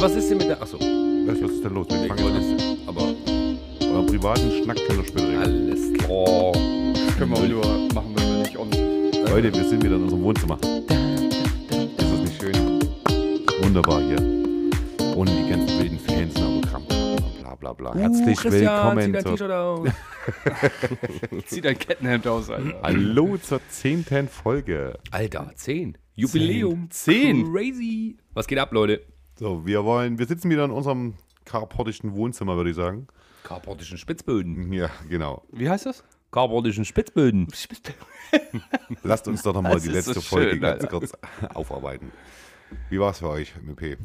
Was ist denn mit der. Achso, Was, was ist denn los? Wir ich fangen jetzt wollte es. Aber an. Euren privaten Schnack kann doch später regeln. alles klar. Oh, können wir nur, machen wir nur nicht on. Leute, wir sind wieder in unserem Wohnzimmer. Das ist nicht schön. Wunderbar hier. Und die ganzen wilden Fans nach Programm. Bla bla bla. Uh, Herzlich willkommen zur, Zieht ein Kettenhemd aus, Alter. Hallo zur zehnten Folge. Alter, 10. Jubiläum. Zehn. Crazy. Was geht ab, Leute? So, wir wollen, wir sitzen wieder in unserem karpottischen Wohnzimmer, würde ich sagen. Karportischen Spitzböden. Ja, genau. Wie heißt das? Karportischen Spitzböden. Lasst uns doch nochmal Das die ist letzte so Folge schön, ganz Alter. kurz aufarbeiten. Wie war es für euch, MP?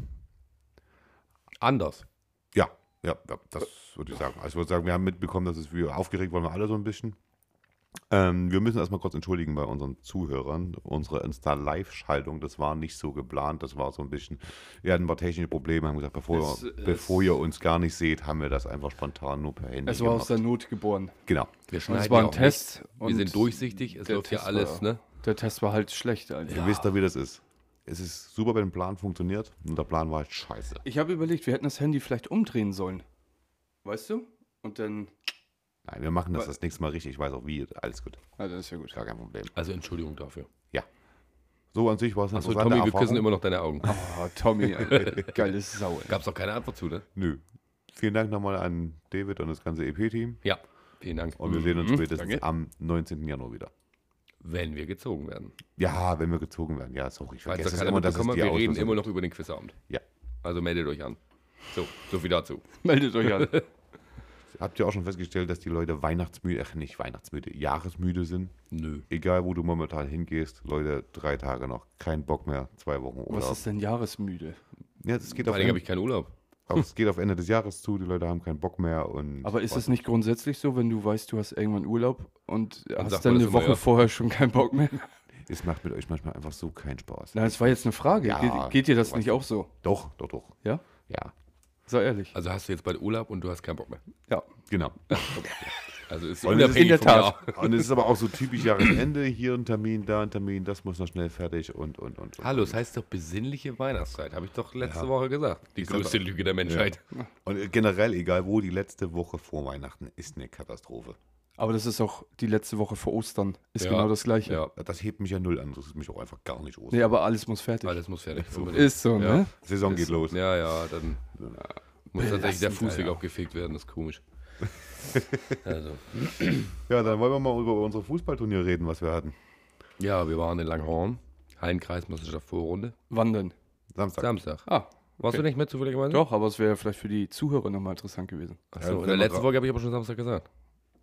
Anders. Ja, ja, ja, das würde ich sagen. Also ich würde sagen, wir haben mitbekommen, dass es wir aufgeregt waren wir alle so ein bisschen. Ähm, wir müssen erstmal kurz entschuldigen bei unseren Zuhörern. Unsere Insta-Live-Schaltung, das war nicht so geplant. Das war so ein bisschen, wir hatten ein paar technische Probleme, haben gesagt, bevor, Es- ihr, es- bevor ihr uns gar nicht seht, haben wir das einfach spontan nur per Handy Es Also war aus gemacht. der Not geboren. Genau. Wir Und schneiden es war ja ein auch Test. Nicht. Wir und sind durchsichtig. Es der läuft ja Test alles, war, ne? Der Test war halt schlecht, Alter. Ihr wisst ja, wie das ist. Es ist super, wenn ein Plan funktioniert und der Plan war halt scheiße. Ich habe überlegt, wir hätten das Handy vielleicht umdrehen sollen. Weißt du? Und dann. Nein, wir machen das Weil- das nächste Mal richtig. Ich weiß auch wie. Alles gut. Alter, das ist ja gut. Gar kein Problem. Also Entschuldigung dafür. So an sich war es eine Achso, interessante Tommy, wir Erfahrung. küssen immer noch deine Augen. Oh, Tommy, Alter. Geile Sau, ey. Gab's auch keine Antwort zu, ne? Nö. Vielen Dank nochmal an David und das ganze EP-Team. Ja. Vielen Dank. Und wir sehen uns spätestens danke. am 19. Januar wieder. Wenn wir gezogen werden. Ja, wenn wir gezogen werden. Ja, sorry. Ich Falls da vergesse es keiner immer, dass es mitbekommen die hat, wir reden Auslösung immer noch über den Quizabend. Ja. Also meldet euch an. So, so viel dazu. Meldet euch an. Habt ihr auch schon festgestellt, dass die Leute weihnachtsmüde, ach nicht weihnachtsmüde, jahresmüde sind? Nö. Egal, wo du momentan hingehst, Leute, drei Tage noch, kein Bock mehr, zwei Wochen Was Urlaub. ist denn jahresmüde? Ja, es geht, Vor auf allem habe Ende, ich keinen Urlaub. auf, es geht auf Ende des Jahres zu, die Leute haben keinen Bock mehr. Und Aber ist es nicht grundsätzlich so, wenn du weißt, du hast irgendwann Urlaub und sagt hast man dann das eine immer, Woche ja. vorher schon keinen Bock mehr? es macht mit euch manchmal einfach so keinen Spaß. Nein, das war jetzt eine Frage. Ja, geht, geht dir das weiß nicht auch so? Doch, doch, doch. Ja? Ja, Sei ehrlich. Also hast du jetzt bald Urlaub und du hast keinen Bock mehr. Ja. genau. Also ist Und es ist unabhängig in der vom Tat. Jahr. Und es ist aber auch so typisch Jahresende, hier ein Termin, da ein Termin, das muss noch schnell fertig und, und, und. und. Hallo, es heißt doch besinnliche Weihnachtszeit, habe ich doch letzte Woche gesagt. Die größte Lüge der Menschheit. Und äh, generell, egal wo, die letzte Woche vor Weihnachten ist eine Katastrophe. Aber das ist auch die letzte Woche vor Ostern. Ist Ja. genau das gleiche. Ja, Das hebt mich ja null an, das ist mich auch einfach gar nicht aus. Nee, aber alles muss fertig. alles muss fertig. unbedingt. Ist so, Ja. ne? Saison geht los. Ja, ja, dann muss tatsächlich der Belastend, Fußweg Alter. auch gefegt werden, das ist komisch. Also, Ja, dann wollen wir mal über unser Fußballturnier reden, was wir hatten. ja, wir waren in Langhorn, Hallenkreismeisterschaft Vorrunde, Wann denn? Samstag. Samstag. Ah, Warst du nicht mit zufälligerweise? doch, aber es wäre vielleicht für die Zuhörer nochmal interessant gewesen. Achso, Ja, in der letzten dra- Folge habe ich aber schon Samstag gesagt.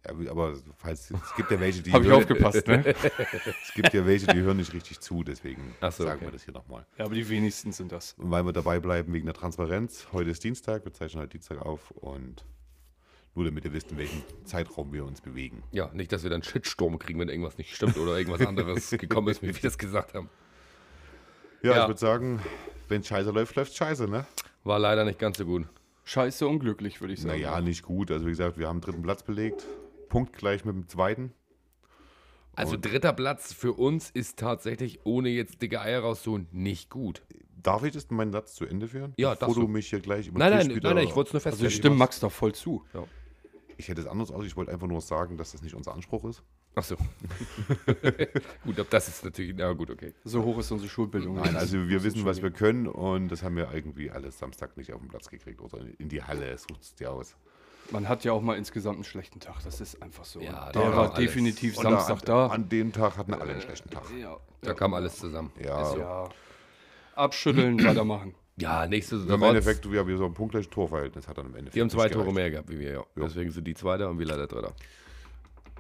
Ja, aber falls, es gibt ja welche, die Habe ich hören, aufgepasst, ne? es gibt ja welche, die hören nicht richtig zu, deswegen Ach so, sagen okay. wir das hier nochmal. ja, aber die wenigsten sind das. Und weil wir dabei bleiben wegen der Transparenz, heute ist Dienstag, wir zeichnen halt Dienstag auf und nur damit ihr wisst, in welchem Zeitraum wir uns bewegen. Ja, nicht, dass wir dann Shitstorm kriegen, wenn irgendwas nicht stimmt oder irgendwas anderes gekommen ist, wie wir das gesagt haben. Ja, Ja. ich würde sagen, wenn Scheiße läuft, läuft Scheiße, ne? War leider nicht ganz so gut. Scheiße unglücklich, würde ich sagen. Naja, nicht gut. Also wie gesagt, wir haben den dritten Platz belegt. Punkt gleich mit dem zweiten. Also dritter Platz für uns ist tatsächlich, ohne jetzt dicke Eier rauszuholen, nicht gut. Darf ich jetzt meinen Satz zu Ende führen? Ja, Bevor darfst du du. mich hier gleich über den Nein, nein, Tisch nein, wieder- nein, ich wollte es nur Also feststellen. ich stimme Max da voll zu. Ich hätte es anders aus. Ich wollte einfach nur sagen, dass das nicht unser Anspruch ist. Achso. gut, ob das ist natürlich, na gut, okay. So hoch ist unsere Schulbildung. Nein, also wir wissen, was wir können und das haben wir irgendwie alles Samstag nicht auf den Platz gekriegt oder in die Halle. Sucht es dir aus. Man hat ja auch mal insgesamt einen schlechten Tag. Das ist einfach so. Ja, Und da der war war alles. definitiv Und Samstag an, da. An dem Tag hatten alle einen schlechten Tag. ja. Da kam alles zusammen. Ja. Äh, Ist so. ja. Abschütteln, weitermachen. ja nächste Saison. Im Endeffekt, wir haben hier so ein punktgleiches Torverhältnis. Hat dann im Endeffekt Die haben zwei nicht Tore gereicht. mehr gehabt wie wir, ja. Deswegen sind die Zweiter und wir leider Dritter.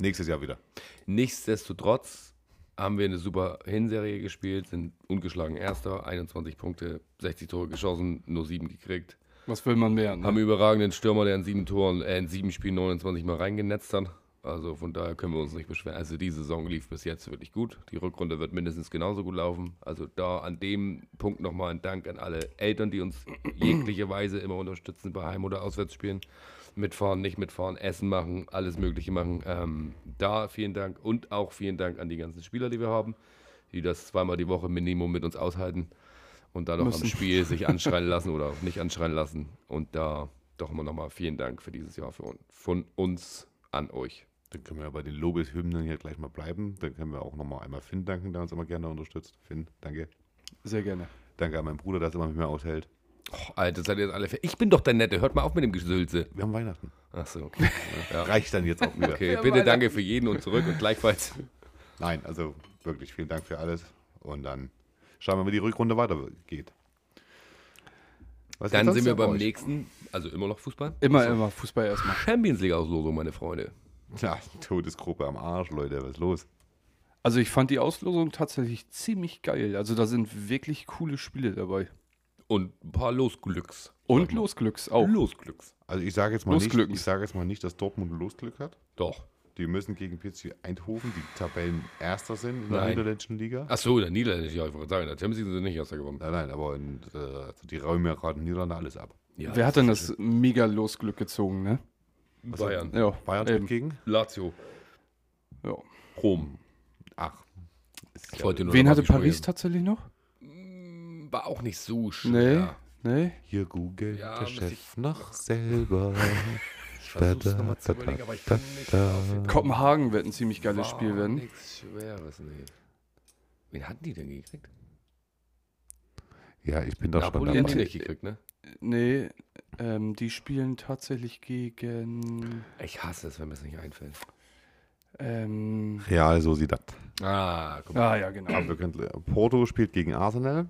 Nächstes Jahr wieder. Nichtsdestotrotz haben wir eine super Hinserie gespielt, sind ungeschlagen Erster, 21 Punkte, 60 Tore geschossen, nur sieben gekriegt. Was will man mehr? Ne? Haben einen überragenden Stürmer, der in sieben Toren, äh, in sieben Spielen 29 Mal reingenetzt hat. Also von daher können wir uns nicht beschweren. Also die Saison lief bis jetzt wirklich gut. Die Rückrunde wird mindestens genauso gut laufen. Also da an dem Punkt nochmal ein Dank an alle Eltern, die uns jegliche Weise immer unterstützen bei Heim- oder Auswärtsspielen. Mitfahren, nicht mitfahren, Essen machen, alles Mögliche machen. Ähm, da vielen Dank und auch vielen Dank an die ganzen Spieler, die wir haben, die das zweimal die Woche Minimum mit uns aushalten. und da doch am Müssen. Spiel sich anschreien lassen oder auch nicht anschreien lassen. Und da doch mal nochmal vielen Dank für dieses Jahr für un von uns an euch. Dann können wir ja bei den Lobeshymnen hier gleich mal bleiben. Dann können wir auch nochmal einmal Finn danken, der uns immer gerne unterstützt. Finn, danke. Sehr gerne. Danke an meinen Bruder, der es immer mit mir aushält. Och, Alter, seid ihr jetzt alle fer- Ich bin doch der Nette, hört mal auf mit dem Gesülze. Wir haben Weihnachten. Achso, okay. Ja. Reicht dann jetzt auch wieder. Okay, bitte danke für jeden und zurück und gleichfalls. Nein, also wirklich vielen Dank für alles. Und dann schauen wir mal, wie die Rückrunde weitergeht. Was Dann ist das sind wir denn beim bei euch? nächsten, also immer noch Fußball. Immer, immer. Fußball erstmal. Champions League Auslosung, meine Freunde. Ja, Todesgruppe am Arsch, Leute. Was ist los? Also ich fand die Auslosung tatsächlich ziemlich geil. Also da sind wirklich coole Spiele dabei. Und ein paar Losglücks. Und Losglücks auch. Losglücks. Also ich sage jetzt mal nicht, Losglücken. ich sage jetzt mal nicht, dass Dortmund Losglück hat. Doch. Die müssen gegen PSV Eindhoven, die Tabellenerster sind in der Nein. niederländischen Liga. Achso, in der Niederlande, ja, ich wollte sagen, in der Champions League sind sie nicht erster geworden. Nein, nein, aber in, äh, also die räumen ja gerade in Niederlande alles ab. Ja, Wer hat denn das mega Losglück gezogen, ne? Bayern. Ja. Bayern eben. spielt gegen? Lazio. ja. Rom. Ach. Ist Ich ja- wollte nur Wen noch hatte was nicht Paris sprechen. tatsächlich noch? War auch nicht so Nee. schwer. Nee. Hier googelt Ja, der muss Chef noch selber. Ich versuch's Da, da, nochmal zu da, überlegen, aber ich da, kann nicht da. auf- Kopenhagen wird ein ziemlich geiles War Spiel werden. Nichts Schweres, nee. Wen hatten die denn gekriegt? Ja, ich bin doch schon Napoli hatten die dabei. nicht gekriegt, ne? Nee, ähm, die spielen tatsächlich gegen. Ich hasse es, wenn mir das nicht einfällt. Ähm, Real, so sieht das. Ah, guck mal. ah ja, genau. Aber wir können, Porto spielt gegen Arsenal.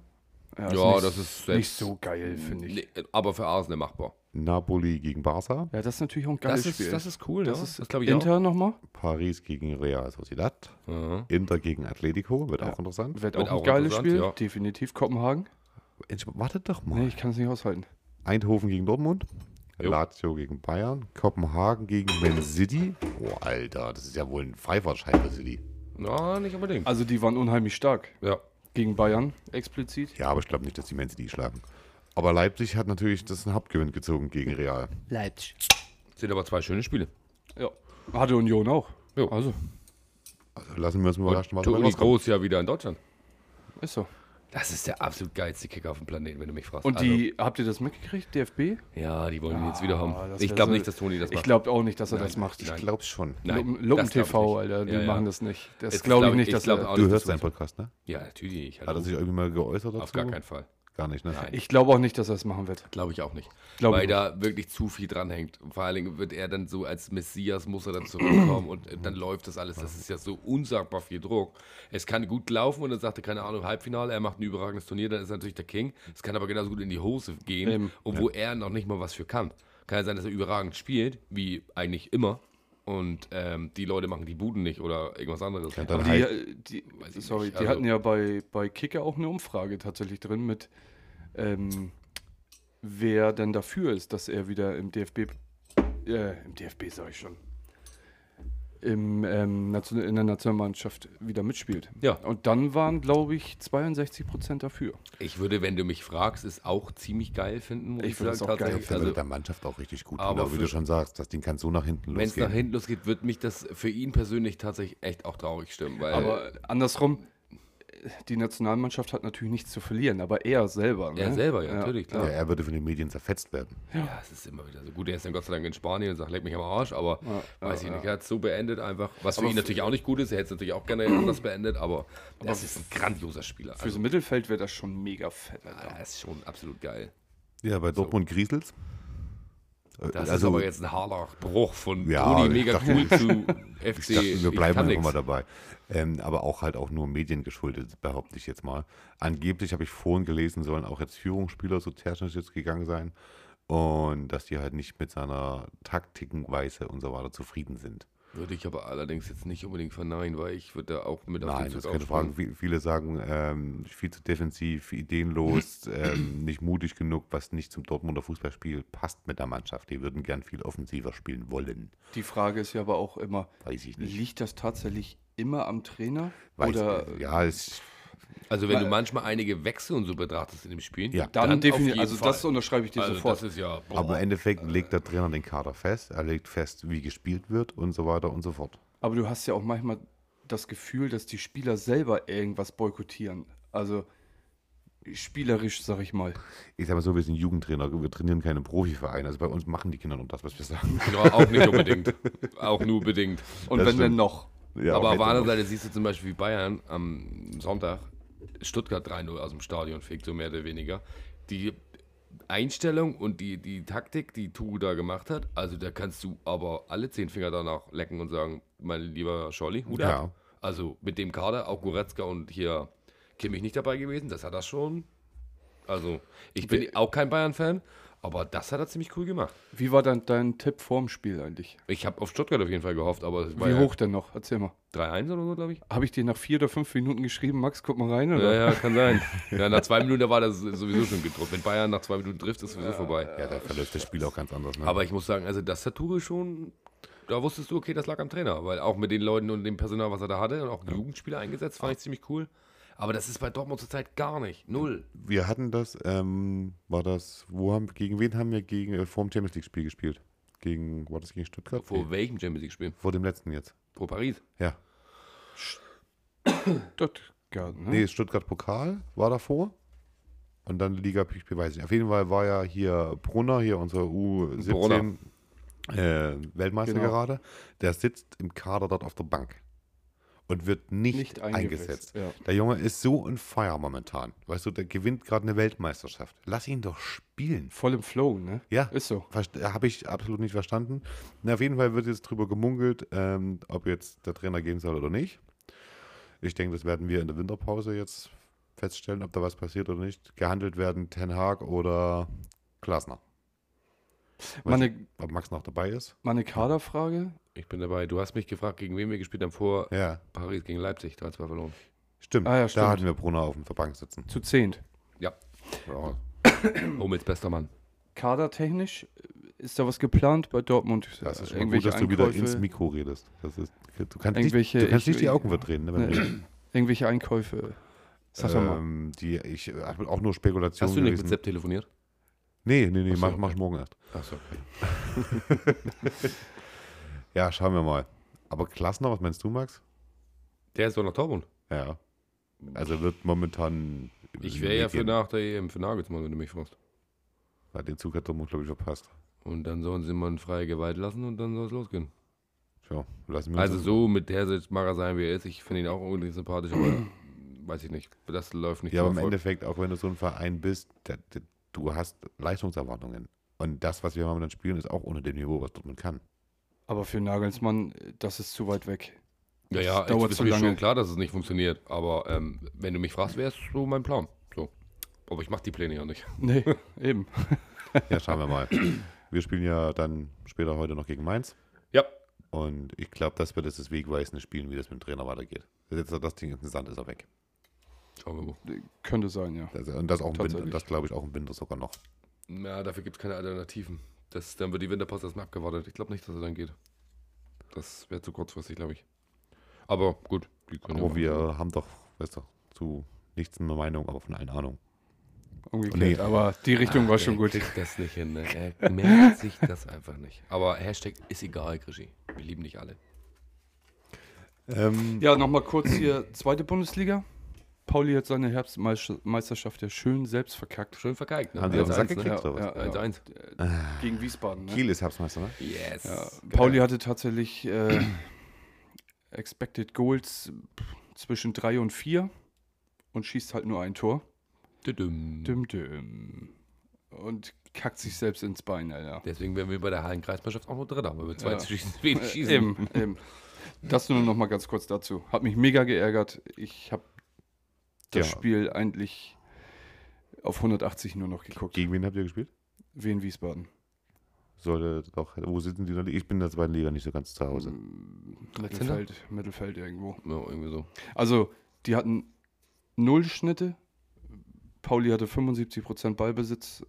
Ja, nicht, das ist selbst- nicht so geil, finde ich. Nee, aber für Arsenal machbar. Napoli gegen Barca. Ja, das ist natürlich auch ein geiles das, Spiel. ist, das ist cool, Das ja. ist das glaube ich Inter nochmal. Paris gegen Real Sociedad. auch. Mhm. Inter gegen Atletico, wird Ja. auch interessant. Wird Wird auch ein auch geiles interessant, Spiel. ja. Definitiv Kopenhagen. Entsch- Wartet doch mal. Nee, ich kann es nicht aushalten. Eindhoven gegen Dortmund. Jo. Lazio gegen Bayern. Kopenhagen gegen Man City. Oh, Alter, das ist ja wohl ein Pfeiferschein für City. Na, nicht unbedingt. Also die waren unheimlich stark. Ja. Gegen Bayern explizit. Ja, aber ich glaube nicht, dass die Man City schlagen. Aber Leipzig hat natürlich das einen Hauptgewinn gezogen gegen Real. Sind aber zwei schöne Spiele. Ja. Hatte Union auch. Jo. Also, Also lassen wir uns mal überraschen, was dabei Toni rauskommt. Groß ja wieder in Deutschland. ist so. Das ist der absolut geilste Kicker auf dem Planeten, wenn du mich fragst. Und die, habt ihr das mitgekriegt? DFB? Also, ja, die wollen ihn Also- jetzt wieder haben. Ah, das ich wär glaube so- nicht, dass Toni das Ich macht. glaube auch nicht, dass er das macht. Ich glaub's schon. Nein, Luppen, Luppen das glaub ich TV, nicht. Alter, die Ja, ja. machen das nicht. Das Jetzt glaube ich glaub ich- nicht, ich dass glaub er, auch- Du das hörst ist seinen so. Podcast, ne? Ja, natürlich nicht. Hat er sich irgendwie mal geäußert dazu? auf gar keinen Fall. Gar nicht, ne? Nein. Ich glaube auch nicht, dass er es machen wird. Glaube ich auch nicht. Glaube Weil ich da wirklich zu viel dranhängt. Vor allen Dingen wird er dann so als Messias, muss er dann zurückkommen und äh, dann läuft das alles. Das ist ja so unsagbar viel Druck. Es kann gut laufen und dann sagt er, keine Ahnung, Halbfinale, er macht ein überragendes Turnier, dann ist er natürlich der King. Es kann aber genauso gut in die Hose gehen, Eben. und wo er noch nicht mal was für kann. Kann ja sein, dass er überragend spielt, wie eigentlich immer. Und ähm, die Leute machen die Buden nicht oder irgendwas anderes. Ja, dann Die, halt. äh, die, ich nicht. sorry, die Also- hatten ja bei, bei Kicker auch eine Umfrage tatsächlich drin mit, ähm, wer denn dafür ist, dass er wieder im DFB, äh, im DFB sage ich schon, im, ähm, Nation- in der Nationalmannschaft wieder mitspielt. Ja. Und dann waren, glaube ich, 62 Prozent dafür. Ich würde, wenn du mich fragst, es auch ziemlich geil finden. muss Ich find es auch geil. tatsächlich. Der Also, wird der Mannschaft auch richtig gut. aber Aber wie du für- schon sagst, das Ding kann so nach hinten Wenn es nach losgehen. hinten losgeht, wird mich das für ihn persönlich tatsächlich echt auch traurig stimmen. Weil Aber andersrum, die Nationalmannschaft hat natürlich nichts zu verlieren, aber er selber. Ne? er selber, ja, natürlich, Ja, klar. Ja, er würde von den Medien zerfetzt werden. es ist immer wieder so. Gut, er ist dann Gott sei Dank in Spanien und sagt, leck mich am Arsch, aber weiß ich nicht, er hat es so beendet einfach. Was für ihn natürlich auch nicht gut ist, er hätte es natürlich auch gerne anders beendet, aber, das ist ein grandioser Spieler. Fürs Also, Mittelfeld wäre das schon mega fett. Alter. er ist schon absolut geil. Ja, bei Dortmund Griesels. Äh, Das ist aber jetzt ein harter Bruch von Ja, Toni ich mega dachte- cool zu FC. Ich dachte, wir ich bleiben kann einfach nix. mal dabei. Ähm, aber auch halt auch nur Medien geschuldet, behaupte ich jetzt mal. Angeblich habe ich vorhin gelesen, sollen auch jetzt Führungsspieler so technisch jetzt gegangen sein und dass die halt nicht mit seiner Taktikenweise und so weiter zufrieden sind. Würde ich aber allerdings jetzt nicht unbedingt verneinen, weil ich würde da auch mit Nein, Zug das keine aufspringen. Frage. Wie- Viele sagen, ähm, viel zu defensiv, ideenlos, ähm, nicht mutig genug, was nicht zum Dortmunder Fußballspiel passt mit der Mannschaft. Die würden gern viel offensiver spielen wollen. Die Frage ist ja aber auch immer, Weiß ich nicht. liegt das tatsächlich immer am Trainer? Weiß Oder ja, es, Also wenn Weil- du manchmal einige Wechsel und so betrachtest in dem Spiel, Ja. dann, auf definitiv, jeden also Fall. das unterschreibe ich dir also sofort. das ist ja boah. äh. aber im Endeffekt legt der Trainer den Kader fest, er legt fest, wie gespielt wird und so weiter und so fort. aber du hast ja auch manchmal das Gefühl, dass die Spieler selber irgendwas boykottieren. Also spielerisch, sag ich mal. Ich sag mal so, wir sind Jugendtrainer, wir trainieren keine Profivereine. Also bei uns machen die Kinder noch das, was wir sagen. Ja, genau, auch nicht unbedingt. auch nur bedingt. Und Das wenn stimmt. denn noch. Ja, Aber halt- auf der anderen Seite. Seite siehst du zum Beispiel wie Bayern am Sonntag Stuttgart 3-0 aus dem Stadion fegt, so mehr oder weniger. Die Einstellung und die, die Taktik, die Tuchel da gemacht hat, also da kannst du aber alle zehn Finger danach lecken und sagen, mein lieber Scholli, Hut Ja. ab. Also mit dem Kader, auch Goretzka und hier Kimmich nicht dabei gewesen, das hat er schon. Also ich bin auch kein Bayern-Fan, aber das hat er ziemlich cool gemacht. Wie war dann dein Tipp vorm Spiel eigentlich? Ich habe auf Stuttgart auf jeden Fall gehofft, aber es war Wie ja hoch denn noch? Erzähl mal. 3-1 oder so, glaube ich. Habe ich dir nach vier oder fünf Minuten geschrieben, Max, guck mal rein? Oder? Ja, ja, kann sein. Ja, nach zwei Minuten da war das sowieso schon gedruckt. Wenn Bayern nach zwei Minuten trifft, ist sowieso vorbei. Ja, da verläuft das Spiel auch ganz anders. Ne? Aber ich muss sagen, also das Tattoo schon, da wusstest du, okay, das lag am Trainer. Weil auch mit den Leuten und dem Personal, was er da hatte und auch Jugendspieler eingesetzt, fand ich ziemlich cool. Aber das ist bei Dortmund zurzeit gar nicht. Null. wir hatten das, ähm, war das, wo haben, gegen wen haben wir gegen, äh, vor dem Champions League-Spiel gespielt? Gegen, war das gegen Stuttgart? Vor Nee, welchem Champions League-Spiel? vor dem letzten jetzt. Vor Paris. Ja. Stuttgart, ne? Nee, Stuttgart Pokal war davor. Und dann Liga, ich weiß nicht. Auf jeden Fall war ja hier Brunner, hier unser U17 äh, Weltmeister Genau. gerade. Der sitzt im Kader dort auf der Bank und wird nicht, Nicht eingesetzt. eingesetzt, ja. Der Junge ist so in Feier momentan. Weißt du, der gewinnt gerade eine Weltmeisterschaft. Lass ihn doch spielen. Voll im Flow, ne? Ja. Ist so. Habe äh, ich absolut nicht verstanden. Na, auf jeden Fall wird jetzt drüber gemungelt, ähm, ob jetzt der Trainer gehen soll oder nicht. Ich denke, das werden wir in der Winterpause jetzt feststellen, ob da was passiert oder nicht. Gehandelt werden Ten Hag oder Klasner. Meine, Ob Max noch dabei ist? meine Kaderfrage, Ich bin dabei. Du hast mich gefragt, gegen wen wir gespielt haben vor Ja, Paris gegen Leipzig. 3-2 verloren. stimmt. Ah, ja, stimmt. Da hatten wir Brunner auf dem Verbank sitzen. Oh, zu zehnt. Ja. Ja. Hummels bester Mann. Kadertechnisch, äh, ist da was geplant bei Dortmund? Das ist Äh, schon mal gut, dass du wieder Einkäufe? ins Mikro redest. Das ist, du kannst, nicht, Irgendwelche- du kannst ich- nicht die Augen verdrehen. Ne, wenn du- Ne, irgendwelche Einkäufe. Sag doch mal. ähm, die, ich habe auch nur Spekulationen Hast du nicht mit gelesen. Sepp telefoniert? Nee, nee, nee, Ach so, mach, okay. mach ich morgen erst. Achso, okay. Ja, schauen wir mal. Aber Klasner, was meinst du, Max? Der ist doch nach Dortmund. Ja. Also wird momentan. Ich wäre ja für nach der EM für Nagelsmann, wenn du mich fragst. Na, den Zug hat Dortmund, glaube ich, verpasst. Und dann sollen sie mal in freie Gewalt lassen und dann soll es losgehen. Tja, lassen wir uns Also das- so mit der Sicht mag er sein, wie er ist. Ich finde ihn auch irgendwie sympathisch, aber weiß ich nicht. Das läuft nicht. Ja, aber zum im Erfolg. Endeffekt, auch wenn du so ein Verein bist, da, da, du hast Leistungserwartungen. Und das, was wir momentan spielen, ist auch unter dem Niveau, was Dortmund kann. Aber für Nagelsmann, äh, das ist zu weit weg. ja, ja, es dauert es ist zu mir lange. schon klar, dass es nicht funktioniert. Aber ähm, wenn du mich fragst, wäre es so mein Plan. So. Aber ich mache die Pläne ja nicht. Nee, eben. Ja, schauen wir mal. Wir spielen ja dann später heute noch gegen Mainz. Ja. Und ich glaube, das wird jetzt das Wegweisende spielen, wie das mit dem Trainer weitergeht. Jetzt das Ding ist ein Sand, ist er weg. Schauen wir mal. Könnte sein, ja. Das, und das, auch im Winter- Tatsächlich. das glaube ich auch im Winter sogar noch. Na, dafür gibt es keine Alternativen. Das, dann wird die Winterpause erstmal abgewartet. Ich glaube nicht, dass er dann geht. Das wäre zu kurzfristig, glaube ich. Aber gut, die können ja Aber machen. wir haben doch, weißt du, zu nichts eine Meinung, aber von allen Ahnung. Umgekehrt. Aber die Richtung Ah, war schon Ah, Er gut. kriegt das nicht hin. Ne? Er merkt sich das einfach nicht. Aber Hashtag ist egal, Krischi. Wir lieben dich alle. Ähm, Ja, nochmal kurz hier, zweite Bundesliga. Pauli hat seine Herbstmeisterschaft ja schön selbst verkackt. Schön vergeigt. Ne? Haben sie auf den 1-1, Sack ne? gekriegt? oder was? 1-1. Ah, Gegen Wiesbaden, also, ne? Kiel ist Herbstmeister, ne? Yes. Ja, Pauli hatte tatsächlich äh, Expected Goals zwischen 3 und 4 und schießt halt nur ein Tor. Düdüm. Düm, düm. Und kackt sich selbst ins Bein, Alter. Deswegen werden wir bei der Hallenkreismannschaft auch nur Dritter, weil wir zwei Ja. zu wenig schießen. Eben, eben. Das nur noch mal ganz kurz dazu. Hat mich mega geärgert. Ich habe das Ja. Spiel eigentlich auf 180 nur noch geguckt. Gegen wen habt ihr gespielt? Wien Wiesbaden. Sollte doch, wo sitzen die in der Liga? Ich bin in der zweiten Liga nicht so ganz zu Hause. Mm, Letzter? Mittelfeld, Mittelfeld irgendwo. Ja, irgendwie so. Also, die hatten null Schnitte. Pauli hatte 75% Ballbesitz,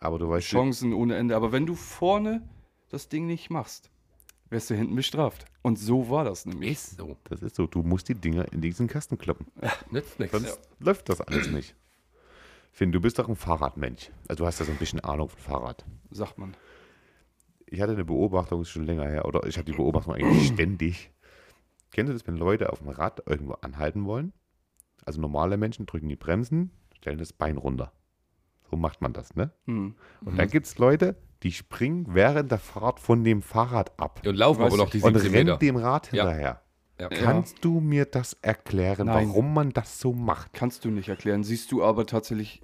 Aber du weißt, Chancen ohne Ende. Aber wenn du vorne das Ding nicht machst, wirst du hinten bestraft. Und so war das nämlich. Ist so. das ist so, du musst die Dinger in diesen Kasten kloppen. Nützt nichts. Sonst läuft das alles nicht. Finn, du bist doch ein Fahrradmensch. Also du hast ja so ein bisschen Ahnung von Fahrrad. Sagt man. Ich hatte eine Beobachtung, ist schon länger her, oder ich habe die Beobachtung eigentlich ständig. Kennst du das, wenn Leute auf dem Rad irgendwo anhalten wollen? Also normale Menschen drücken die Bremsen, stellen das Bein runter. So macht man das, ne? Hm. Und dann gibt es Leute, die springen während der Fahrt von dem Fahrrad ab Und laufen Weiß aber noch die und 17 rennen Meter. dem Rad Ja. hinterher. Ja. Kannst du mir das erklären, Nein. warum man das so macht? Kannst du nicht erklären. Siehst du aber tatsächlich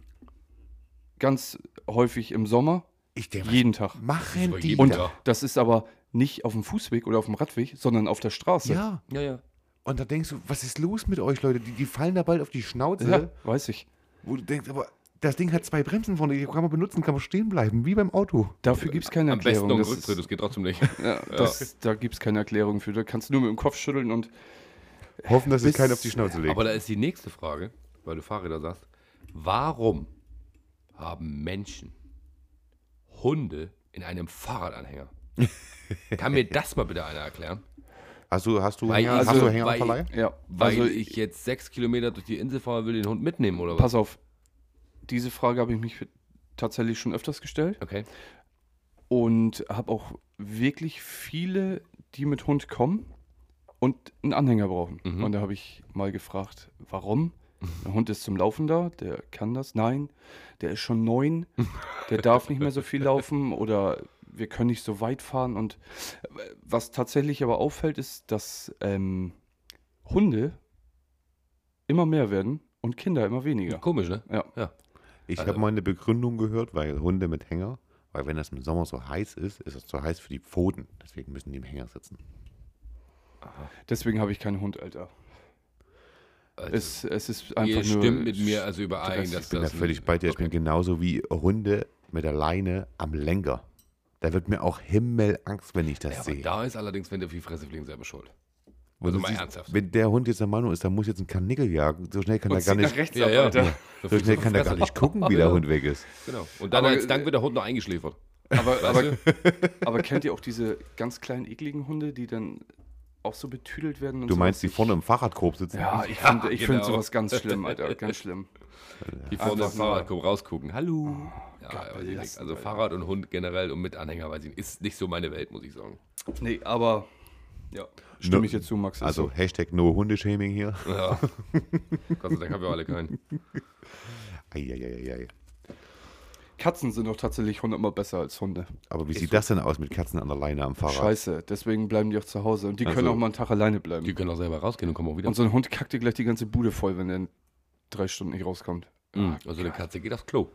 ganz häufig im Sommer, Ich denke, was jeden Tag. machen die Und- Und da? Ja. das ist aber nicht auf dem Fußweg oder auf dem Radweg, sondern auf der Straße. Ja, Ja, ja. und da denkst du, was ist los mit euch, Leute? Die, die fallen da bald auf die Schnauze, Ja, weiß ich. wo du denkst, aber das Ding hat zwei Bremsen vorne, die kann man benutzen, kann man stehen bleiben, wie beim Auto. Dafür gibt es keine Am besten Erklärung. noch ein Das Rücktritt, das geht trotzdem nicht. ist, ja, das, da gibt es keine Erklärung für. Da kannst du nur mit dem Kopf schütteln und Hoffen, dass sich Bis- keiner auf die Schnauze legt. Aber da ist die nächste Frage, weil du Fahrräder sagst. Warum haben Menschen Hunde in einem Fahrradanhänger? Kann mir das mal bitte einer erklären? Hast du, hast du, Weil- Hänger, hast also- du Hänger am weil- Verleih? ja, Weil also ich jetzt sechs Kilometer durch die Insel fahre, will den Hund mitnehmen oder was? pass auf. Diese Frage habe ich mich tatsächlich schon öfters gestellt Okay. und habe auch wirklich viele, die mit Hund kommen und einen Anhänger brauchen. Mhm. Und da habe ich mal gefragt, warum? Der Hund ist zum Laufen da, der kann das. Nein, der ist schon neun, der darf nicht mehr so viel laufen oder wir können nicht so weit fahren. Und äh, was tatsächlich aber auffällt, ist, dass ähm, Hunde immer mehr werden und Kinder immer weniger. Komisch, ne? Ja. Ich Also- habe mal eine Begründung gehört, weil Hunde mit Hänger, weil wenn das im Sommer so heiß ist, ist es zu heiß für die Pfoten. Deswegen müssen die im Hänger sitzen. Deswegen habe ich keinen Hund, Alter. Also, Es, es ist ihr einfach nur. stimmt mit mir also überein, Stress. dass Ich bin da das ein- völlig bei dir. Ich bin genau genauso wie Hunde mit der Leine am Lenker. Da wird mir auch Himmelangst, wenn ich das Ja, aber sehe. da ist allerdings, wenn der viel Fresse fliegen, selber schuld. Wenn du mal siehst, ernsthaft. Wenn der Hund jetzt der Manu ist, dann muss jetzt ein Karnickel jagen. So schnell kann der Und gar zieht nach nicht, rechts ab, Alter. So so viel schnell kann der gar Fresse. nicht äh, gucken, wie der Genau. Hund weg ist. Genau. Und dann Aber- als Dank wird der Hund noch eingeschläfert. Aber, Also aber, aber kennt ihr auch diese ganz kleinen, ekligen Hunde, die dann auch so betüdelt werden? Und Du meinst, die sowas? vorne im Fahrradkorb sitzen? Ja, ich finde ich genau. find sowas ganz schlimm, Alter. Ganz schlimm. Die vorne Einfach im Fahrrad gucken, rausgucken. Hallo. ja, aber direkt. belassen, also Alter. Fahrrad und Hund generell und mit Anhänger, weiß ich nicht, ist nicht so meine Welt, muss ich sagen. Nee, aber Ja. stimme Ne. ich dir zu, Max. ist Also so. Hashtag no Hundeshaming hier. ja. Gott sei Dank haben wir alle keinen. Eieieiei. Katzen sind doch tatsächlich hundertmal besser als Hunde. Aber wie sieht das denn aus mit Katzen an der Leine am Fahrrad? Scheiße, deswegen bleiben die auch zu Hause. Und die können Also- auch mal einen Tag alleine bleiben. Die können auch selber rausgehen und kommen auch wieder. Und so ein Hund kackt dir gleich die ganze Bude voll, wenn er drei Stunden nicht rauskommt. Mhm. Also eine Katze geht aufs Klo.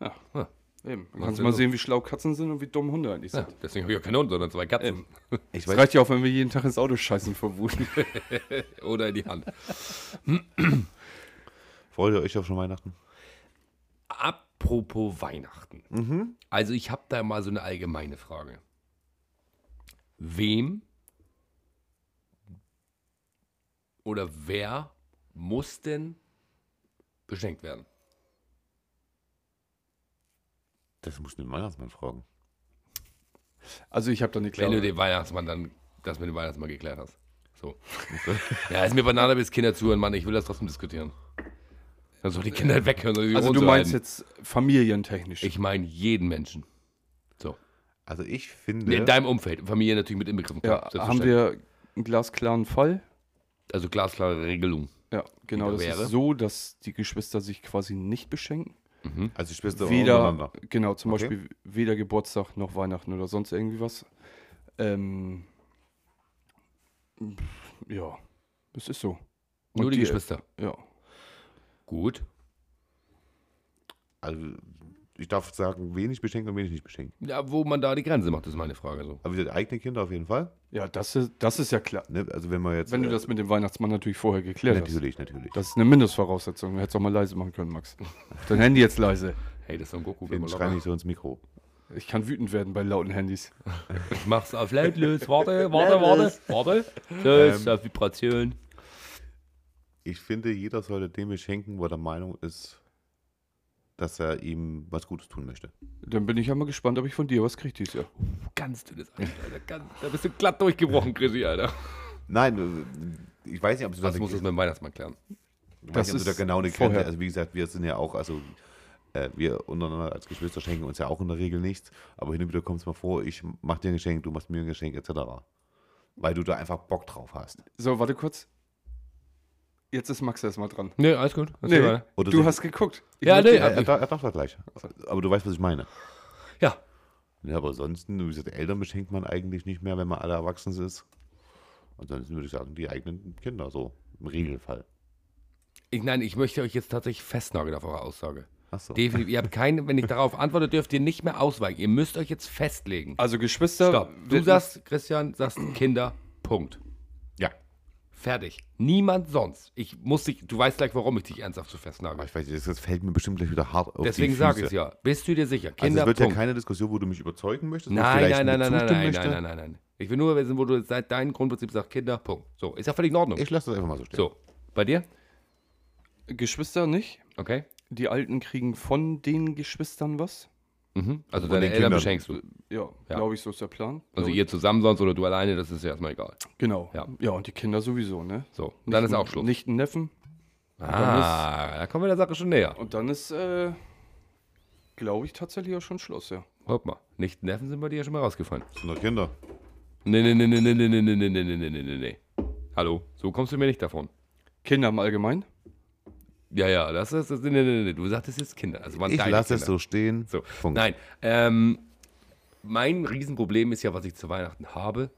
Ja. Ja. Eben. Macht Dann kannst du Sinn mal so. sehen, wie schlau Katzen sind und wie dumm Hunde eigentlich Ja, sind. deswegen habe ich auch keinen Hund, sondern zwei Katzen. Ich Es weiß, reicht ja auch, wenn wir jeden Tag ins Auto scheißen vor Wut. Oder in die Hand. freut ihr euch auf schon Weihnachten? Apropos Weihnachten. Also ich habe da mal so eine allgemeine Frage. Wem oder wer muss denn beschenkt werden? Das musst du den Weihnachtsmann fragen. Also ich habe da eine Wenn du klare. den Weihnachtsmann dann, das mit dem Weihnachtsmann geklärt hast. So. ja, ist mir Banane bis Kinder zuhören, Mann. Ich will das trotzdem diskutieren. Dann soll die Kinder halt weghören. soll die Also du unterhalten. meinst jetzt familientechnisch. Ich meine jeden Menschen. Also ich finde, In deinem Umfeld. Familie natürlich mit inbegriffen. klar, ja, haben selbstverständlich. wir einen glasklaren Fall. Also glasklare Regelung. Ja, genau. Jeder Das wäre. ist so, dass die Geschwister sich quasi nicht beschenken. Mhm. also ich bin Weder, genau, zum Okay. Beispiel weder Geburtstag noch Weihnachten oder sonst irgendwie was. Ähm, ja, es ist so. Nur Und die die- Geschwister. Ja. Gut. Also ich darf sagen, wenig beschenken und wenig nicht beschenken. Ja, wo man da die Grenze macht, ist meine Frage so. Aber wie gesagt, eigene Kinder auf jeden Fall. Ja, das ist, das ist ja klar. Ne? Also wenn man jetzt. Wenn du äh, das mit dem Weihnachtsmann natürlich vorher geklärt hast. Natürlich, natürlich. Das ist eine Mindestvoraussetzung. Du hättest auch mal leise machen können, Max. Dein Handy jetzt leise. Hey, das ist so ein Goku. wenn Den man schreie locker- ich so ins Mikro. Ich kann wütend werden bei lauten Handys. Ich mach's auf lautlos. Warte, warte, warte. Warte. Los, auf Vibration. Ich finde, jeder sollte dem beschenken, wo er der Meinung ist, dass er ihm was Gutes tun möchte. Dann bin ich ja mal gespannt, ob ich von dir was kriege dieses Jahr. Ganz dünnes Eis, Alter. Ganz, da bist du glatt durchgebrochen, Chrissy, Alter. Nein, äh, ich weiß nicht, ob du Das muss das mit dem Weihnachtsmann klären. Das ist da genau eine Grenze. vorher. Also wie gesagt, wir sind ja auch, also äh, wir untereinander als Geschwister schenken uns ja auch in der Regel nichts, aber hin und wieder kommt es mal vor, ich mach dir ein Geschenk, du machst mir ein Geschenk etc. Weil du da einfach Bock drauf hast. So, warte kurz. Jetzt ist Max erstmal dran. Nee, alles gut. Das Nee, ist egal. Oder du sie- hast geguckt. Ich Ja, möchte- nee, äh, Er, hab er, ich. darf- er darf das gleich. Aber du weißt, was ich meine. Ja. Ja, aber ansonsten, wie gesagt, Eltern beschenkt man eigentlich nicht mehr, wenn man alle erwachsen ist. Ansonsten würde ich sagen, die eigenen Kinder so. Im Regelfall. Ich, nein, ich möchte euch jetzt tatsächlich festnageln auf eure Aussage. Achso. Definitiv. Ihr habt keine, wenn ich darauf antworte, dürft ihr nicht mehr ausweichen. Ihr müsst euch jetzt festlegen. Also Geschwister. Stopp. Du wird- sagst, Christian, sagst Kinder. Punkt. Ja. Fertig. Niemand sonst. Ich muss dich, du weißt gleich, warum ich dich ernsthaft zu Aber festnagel. ich weiß, nicht, das das fällt mir bestimmt gleich wieder hart auf. Deswegen die sage ich Füße. es ja. Bist du dir sicher? Also Kinder. es wird ja Punkt. keine Diskussion, wo du mich überzeugen möchtest. wo ich nein, vielleicht nein, nein, mit nein, nein, zustimmen nein, möchte. nein, nein, nein, nein. Ich will nur wissen, wo du seit deinem Grundprinzip sagst, Kinder. Punkt. So, ist ja völlig in Ordnung. Ich lasse das einfach mal so stehen. so, bei dir? Geschwister nicht. Okay. Die Alten kriegen von den Geschwistern was. Mhm. Also Von deine Eltern den Kindern. beschenkst du. Ja, Ja. glaube ich, so ist der Plan. Also Glaub ihr zusammen sonst oder du alleine, das ist ja erstmal egal. ich. Genau. Ja. Ja. und die Kinder sowieso, ne? So, dann ist Nicht- auch Schluss. Nicht ein Neffen. ah, da kommen wir der Sache schon näher. Und dann ist, äh, glaube ich, tatsächlich auch schon Schluss, ja. Guck mal, nicht Neffen sind bei dir ja schon mal rausgefallen. Das sind doch Kinder. Nee, nee, nee, nee, nee, nee, nee, nee, nee, nee, nee, nee, nee, nee. Hallo, so kommst du mir nicht davon. Kinder im Allgemeinen. Ja, ja, das ist, das, nee, nee, nee, nee, du sagtest jetzt Kinder. Also waren Ich deine lasse es Kinder. so stehen. So. Punkt. Nein, ähm, mein Riesenproblem ist ja, was ich zu Weihnachten habe.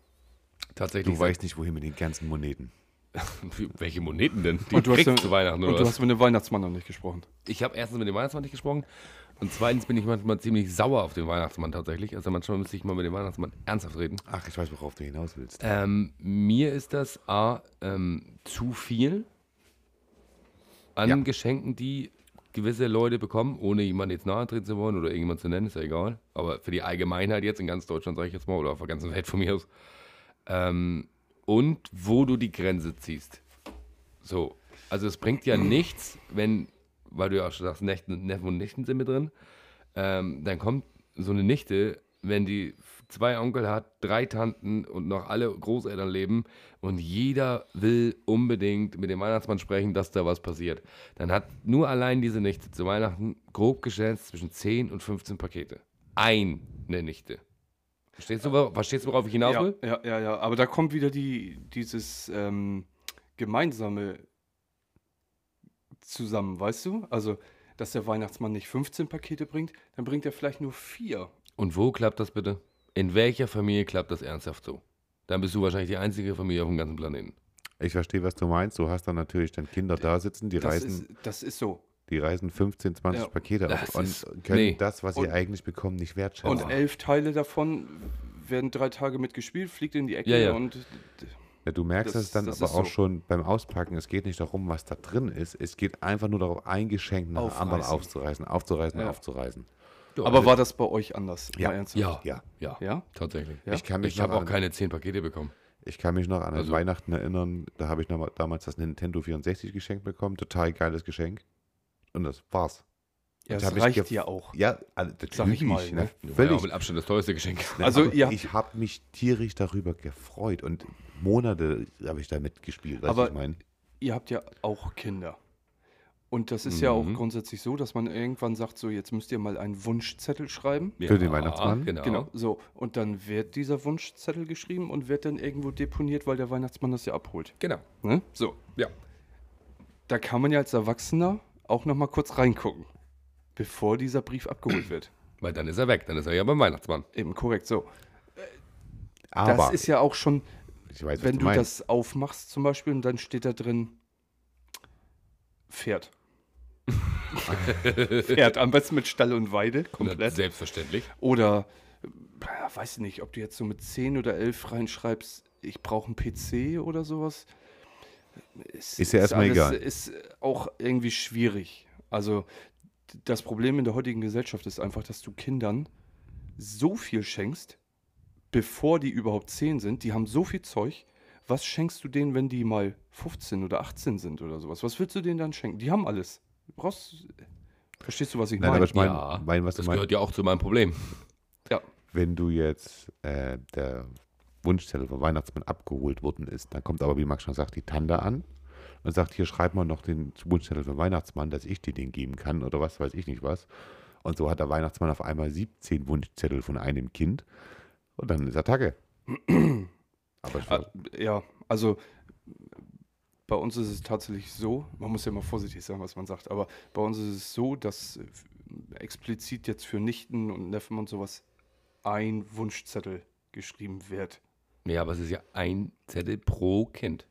Tatsächlich. Du weißt nicht, wohin mit den ganzen Moneten. welche Moneten denn? Die Und du hast kriegst ja- zu Weihnachten Und oder du was? hast mit dem Weihnachtsmann noch nicht gesprochen. Ich habe erstens mit dem Weihnachtsmann nicht gesprochen und zweitens bin ich manchmal ziemlich sauer auf den Weihnachtsmann tatsächlich. Also manchmal müsste ich mal mit dem Weihnachtsmann ernsthaft reden. Ach, ich weiß, worauf du hinaus willst. Äh. Ähm, mir ist das A, ähm, zu viel an Ja. Geschenken, die gewisse Leute bekommen, ohne jemanden jetzt nahe treten zu wollen oder irgendjemand zu nennen, ist ja egal. Aber für die Allgemeinheit jetzt in ganz Deutschland, sage ich jetzt mal, oder auf der ganzen Welt von mir aus. Ähm, und wo du die Grenze ziehst. So. Also es bringt ja nichts, wenn, weil du ja auch schon sagst, Nechten, Neffen und Nichten sind mit drin, ähm, dann kommt so eine Nichte, wenn die zwei Onkel hat, drei Tanten und noch alle Großeltern leben und jeder will unbedingt mit dem Weihnachtsmann sprechen, dass da was passiert. Dann hat nur allein diese Nichte zu Weihnachten grob geschätzt zwischen 10 und 15 Pakete. Eine Nichte. Verstehst du, wor- verstehst du worauf ich hinaus Ja, will? ja, ja, ja. Aber da kommt wieder die, dieses ähm, gemeinsame zusammen, weißt du? Also, dass der Weihnachtsmann nicht 15 Pakete bringt, dann bringt er vielleicht nur vier. Und wo klappt das bitte? In welcher Familie klappt das ernsthaft so? Dann bist du wahrscheinlich die einzige Familie auf dem ganzen Planeten. Ich verstehe, was du meinst. Du hast dann natürlich dann Kinder da sitzen, die Das reisen, ist, das ist so. die reisen 15, 20 Ja, Pakete das auf und ist- können nee. das, was sie Und- eigentlich bekommen, nicht wertschätzen. Und elf Teile davon werden drei Tage mitgespielt, fliegt in die Ecke Ja, ja. und Ja, du merkst Das- das, dann das aber ist auch so. schon beim Auspacken. Es geht nicht darum, was da drin ist. Es geht einfach nur darum, ein Geschenk nach dem anderen Aufreißen. aufzureißen, aufzureißen, Ja. aufzureißen. Ja, Aber also- war das bei euch anders? Ja. Mal ernsthaft? ja, ja, Ja. ja, Ja? tatsächlich. Ja. Ich kann mich Ich habe noch auch an, keine zehn Pakete bekommen. Ich kann mich noch an ein Also- Weihnachten erinnern. Da habe ich noch mal, damals das Nintendo 64 geschenkt bekommen. Total geiles Geschenk. Und das war's. Ja, Und das hab ich reicht gef- ja auch. Ja, also, das Sag ich lieb mal, ne? ne? Ja, Völlig. mit Abstand das teuerste Geschenk. Ne, Also, aber ihr- ich habe mich tierisch darüber gefreut und Monate habe ich damit gespielt, was Aber- ich meine. Ihr habt ja auch Kinder. Und das ist ja auch Mhm. grundsätzlich so, dass man irgendwann sagt, so jetzt müsst ihr mal einen Wunschzettel schreiben. Für den Weihnachtsmann? Genau. Genau, so. Und dann wird dieser Wunschzettel geschrieben und wird dann irgendwo deponiert, weil der Weihnachtsmann das ja abholt. Genau. Ne? So, Ja. da kann man ja als Erwachsener auch nochmal kurz reingucken, bevor dieser Brief abgeholt wird. Weil dann ist er weg, dann ist er ja beim Weihnachtsmann. Eben korrekt, so. Aber Das ist ja auch schon, ich weiß, was wenn du du meinst. das aufmachst zum Beispiel und dann steht da drin Pferd. Pferd, am besten mit Stall und Weide, Na, komplett. Selbstverständlich. Oder, äh, weiß nicht, ob du jetzt so mit 10 oder 11 reinschreibst, ich brauche einen PC oder sowas. Es Ist ja erstmal alles- egal. Ist auch irgendwie schwierig. Also d- das Problem in der heutigen Gesellschaft ist einfach, dass du Kindern so viel schenkst, bevor die überhaupt 10 sind. Die haben so viel Zeug. Was schenkst du denen, wenn die mal 15 oder 18 sind oder sowas? Was willst du denen dann schenken? Die haben alles. Du brauchst. Verstehst du, was ich Nein, meine? aber ich meine, mein, was du das meinst. gehört ja auch zu meinem Problem. Ja. wenn du jetzt äh, der Wunschzettel vom Weihnachtsmann abgeholt worden ist, dann kommt aber, wie Max schon sagt, die Tante an und sagt, hier schreib mal noch den Wunschzettel vom Weihnachtsmann, dass ich dir den geben kann oder was weiß ich nicht was. Und so hat der Weihnachtsmann auf einmal 17 Wunschzettel von einem Kind und dann ist Attacke. aber ich, Ah, Ja, also Ah, Bei uns ist es tatsächlich so, man muss ja mal vorsichtig sein, was man sagt, aber bei uns ist es so, dass äh, explizit jetzt für Nichten und Neffen und sowas ein Wunschzettel geschrieben wird. Ja, aber es ist ja ein Zettel pro Kind.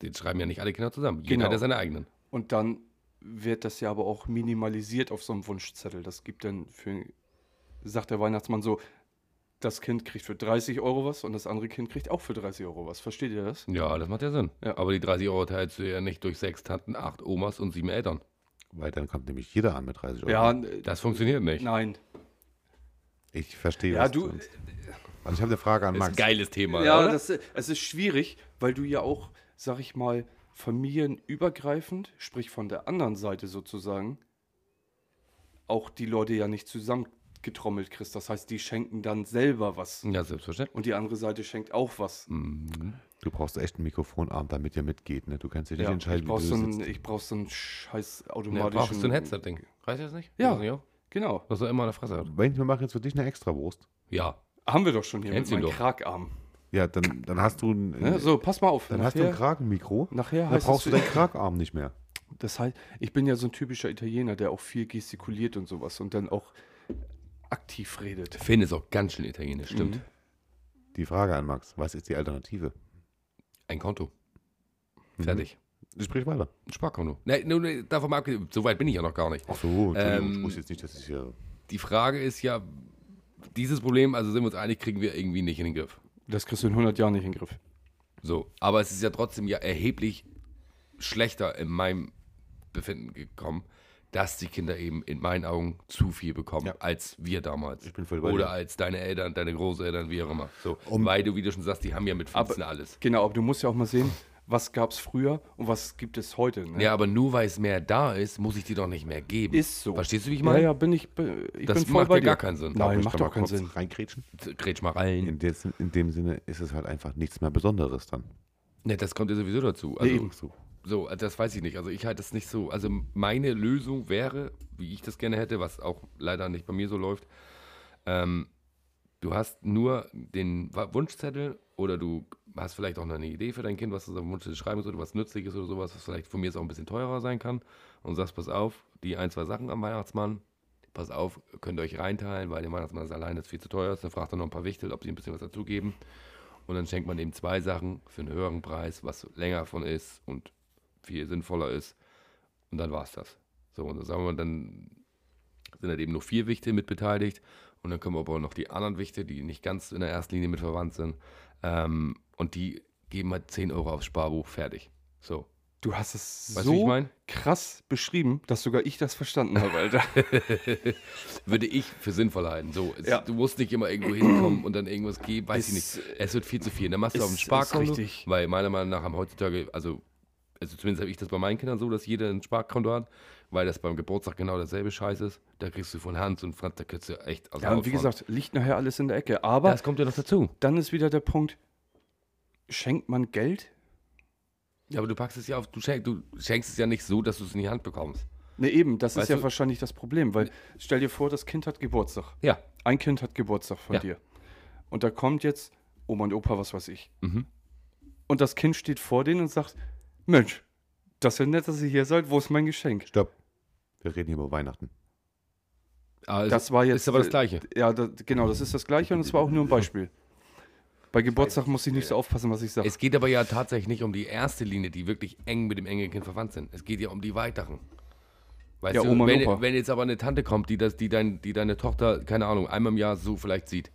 Den schreiben ja nicht alle Kinder zusammen. Jeder Genau. hat ja seine eigenen. Und dann wird das ja aber auch minimalisiert auf so einem Wunschzettel. Das gibt dann für, sagt der Weihnachtsmann so, das Kind kriegt für 30 Euro was und das andere Kind kriegt auch für 30 Euro was. Versteht ihr das? Ja, das macht ja Sinn. Ja. Aber die 30 Euro teilst du ja nicht durch sechs Tanten, acht Omas und sieben Eltern. Weil dann kommt nämlich jeder an mit 30 Euro. Ja, äh, Das funktioniert nicht. nein. Ich verstehe Ja, was du, meinst. Also ich habe eine Frage an Das ist ein Max. geiles Thema. ja, oder? das, äh, es ist schwierig, weil du ja auch, sag ich mal, familienübergreifend, sprich von der anderen Seite sozusagen, auch die Leute ja nicht zusammengetrommelt kriegst. Das heißt, die schenken dann selber was. ja, selbstverständlich. Und die andere Seite schenkt auch was. Mhm. Du brauchst echt einen Mikrofonarm, damit ihr mitgeht. Ne? Du kannst dich nicht entscheiden, ich brauch wie so du ein, sitzt. Ich brauch so einen scheiß Ja, automatischen... brauchst du ein Headset-Ding. Reicht das nicht? Ja. Das nicht auch? Genau. Was er immer eine Fresse hat. Wenn wir machen jetzt für dich eine Extrawurst. Ja. Haben wir doch schon hier Kennst mit ihn meinem doch. Kragarm. Ja, dann, dann hast du ein, Ne? So, pass mal auf. Äh, dann hast du ein Kragenmikro. nachher Dann heißt brauchst du es... deinen Kragarm nicht mehr. Das heißt, ich bin ja so ein typischer Italiener, der auch viel gestikuliert und sowas und dann auch aktiv redet. Finn ist auch ganz schön italienisch, stimmt. Mhm. Die Frage an Max, was ist die Alternative? Ein Konto. Mhm. Fertig. Sprich weiter. Ein Sparkonto. Nee, nur, nee, davon mal abgesehen, so weit bin ich ja noch gar nicht. Ach so, Entschuldigung, Ähm, ich wusste jetzt nicht, dass ich hier... Die Frage ist ja, dieses Problem, also sind wir uns einig, kriegen wir irgendwie nicht in den Griff. Das kriegst du in 100 Jahren nicht in den Griff. So, aber es ist ja trotzdem ja erheblich schlechter in meinem Befinden gekommen, dass die Kinder eben in meinen Augen zu viel bekommen, Ja. als wir damals. Ich bin voll bei Oder dir. als deine Eltern, deine Großeltern, wie auch immer. So, Um- weil du, wie du schon sagst, die haben ja mit 15 alles. Genau, aber du musst ja auch mal sehen, was gab es früher und was gibt es heute. Ne? Ja, aber nur weil es mehr da ist, muss ich dir doch nicht mehr geben. Ist so. Verstehst du, wie ich Ja, meine? ja, bin ich, be- ich Das bin voll macht bei ja dir. gar keinen Sinn. Nein, Darf ich macht da mal doch keinen kurz Sinn. Reinkrätschen? Grätsch mal rein. In, des, in dem Sinne ist es halt einfach nichts mehr Besonderes dann. Ne, das kommt ja sowieso dazu. Also, eben. So. So, also das weiß ich nicht. Also ich halte es nicht so. Also meine Lösung wäre, wie ich das gerne hätte, was auch leider nicht bei mir so läuft. Ähm, du hast nur den Wa- Wunschzettel oder du hast vielleicht auch noch eine Idee für dein Kind, was du auf dem Wunschzettel schreiben solltest, was nützliches oder sowas, was vielleicht von mir ist auch ein bisschen teurer sein kann. Und sagst, pass auf, die ein, zwei Sachen am Weihnachtsmann, pass auf, könnt ihr euch reinteilen, weil der Weihnachtsmann ist alleine, ist viel zu teuer. Dann fragt er noch ein paar Wichtel, ob sie ein bisschen was dazugeben. Und dann schenkt man eben zwei Sachen für einen höheren Preis, was länger von ist und viel sinnvoller ist. Und dann war's das. So, und dann sagen wir, dann sind halt eben nur vier Wichte mit beteiligt. Und dann kommen aber auch noch die anderen Wichte, die nicht ganz in der ersten Linie mit verwandt sind. Ähm, und die geben halt 10 Euro aufs Sparbuch, fertig. So. Du hast es Weißt du, wie ich so mein? krass beschrieben, dass sogar ich das verstanden habe, Alter. Würde ich für sinnvoll halten. So, es, Ja. du musst nicht immer irgendwo hinkommen und dann irgendwas geben, weiß Ist- ich nicht. Es wird viel zu viel. Dann machst du auf dem ist- ist Sparkonto, richtig. weil meiner Meinung nach haben heutzutage, also, also zumindest habe ich das bei meinen Kindern so, dass jeder ein Sparkonto hat, weil das beim Geburtstag genau dasselbe Scheiß ist. Da kriegst du von Hans und Franz, da kriegst du echt aus der ja, und wie Haut fahren. gesagt, liegt nachher alles in der Ecke. Aber das kommt ja noch dazu. dann ist wieder der Punkt, schenkt man Geld? Ja, aber du packst es ja auf, du, schenk, du schenkst es ja nicht so, dass du es in die Hand bekommst. Ne, eben, das Weißt ist ja du- wahrscheinlich das Problem, weil stell dir vor, das Kind hat Geburtstag. Ja. Ein Kind hat Geburtstag von Ja. dir. Und da kommt jetzt Oma und Opa, was weiß ich. Mhm. Und das Kind steht vor denen und sagt: Mensch, das ist ja nett, dass ihr hier seid, wo ist mein Geschenk? Stopp. Wir reden hier über Weihnachten. Aber Ah, es Das war jetzt, Also ist aber das äh, Gleiche. Ja, da, genau, das ist das Gleiche und es war auch nur ein Beispiel. Bei Geburtstag muss ich nicht so aufpassen, was ich sage. Es geht aber ja tatsächlich nicht um die erste Linie, die wirklich eng mit dem Enkelkind verwandt sind. Es geht ja um die weiteren. Weißt Ja, du, Oma und wenn, Opa. wenn jetzt aber eine Tante kommt, die, das, die, dein, die deine Tochter, keine Ahnung, einmal im Jahr so vielleicht sieht,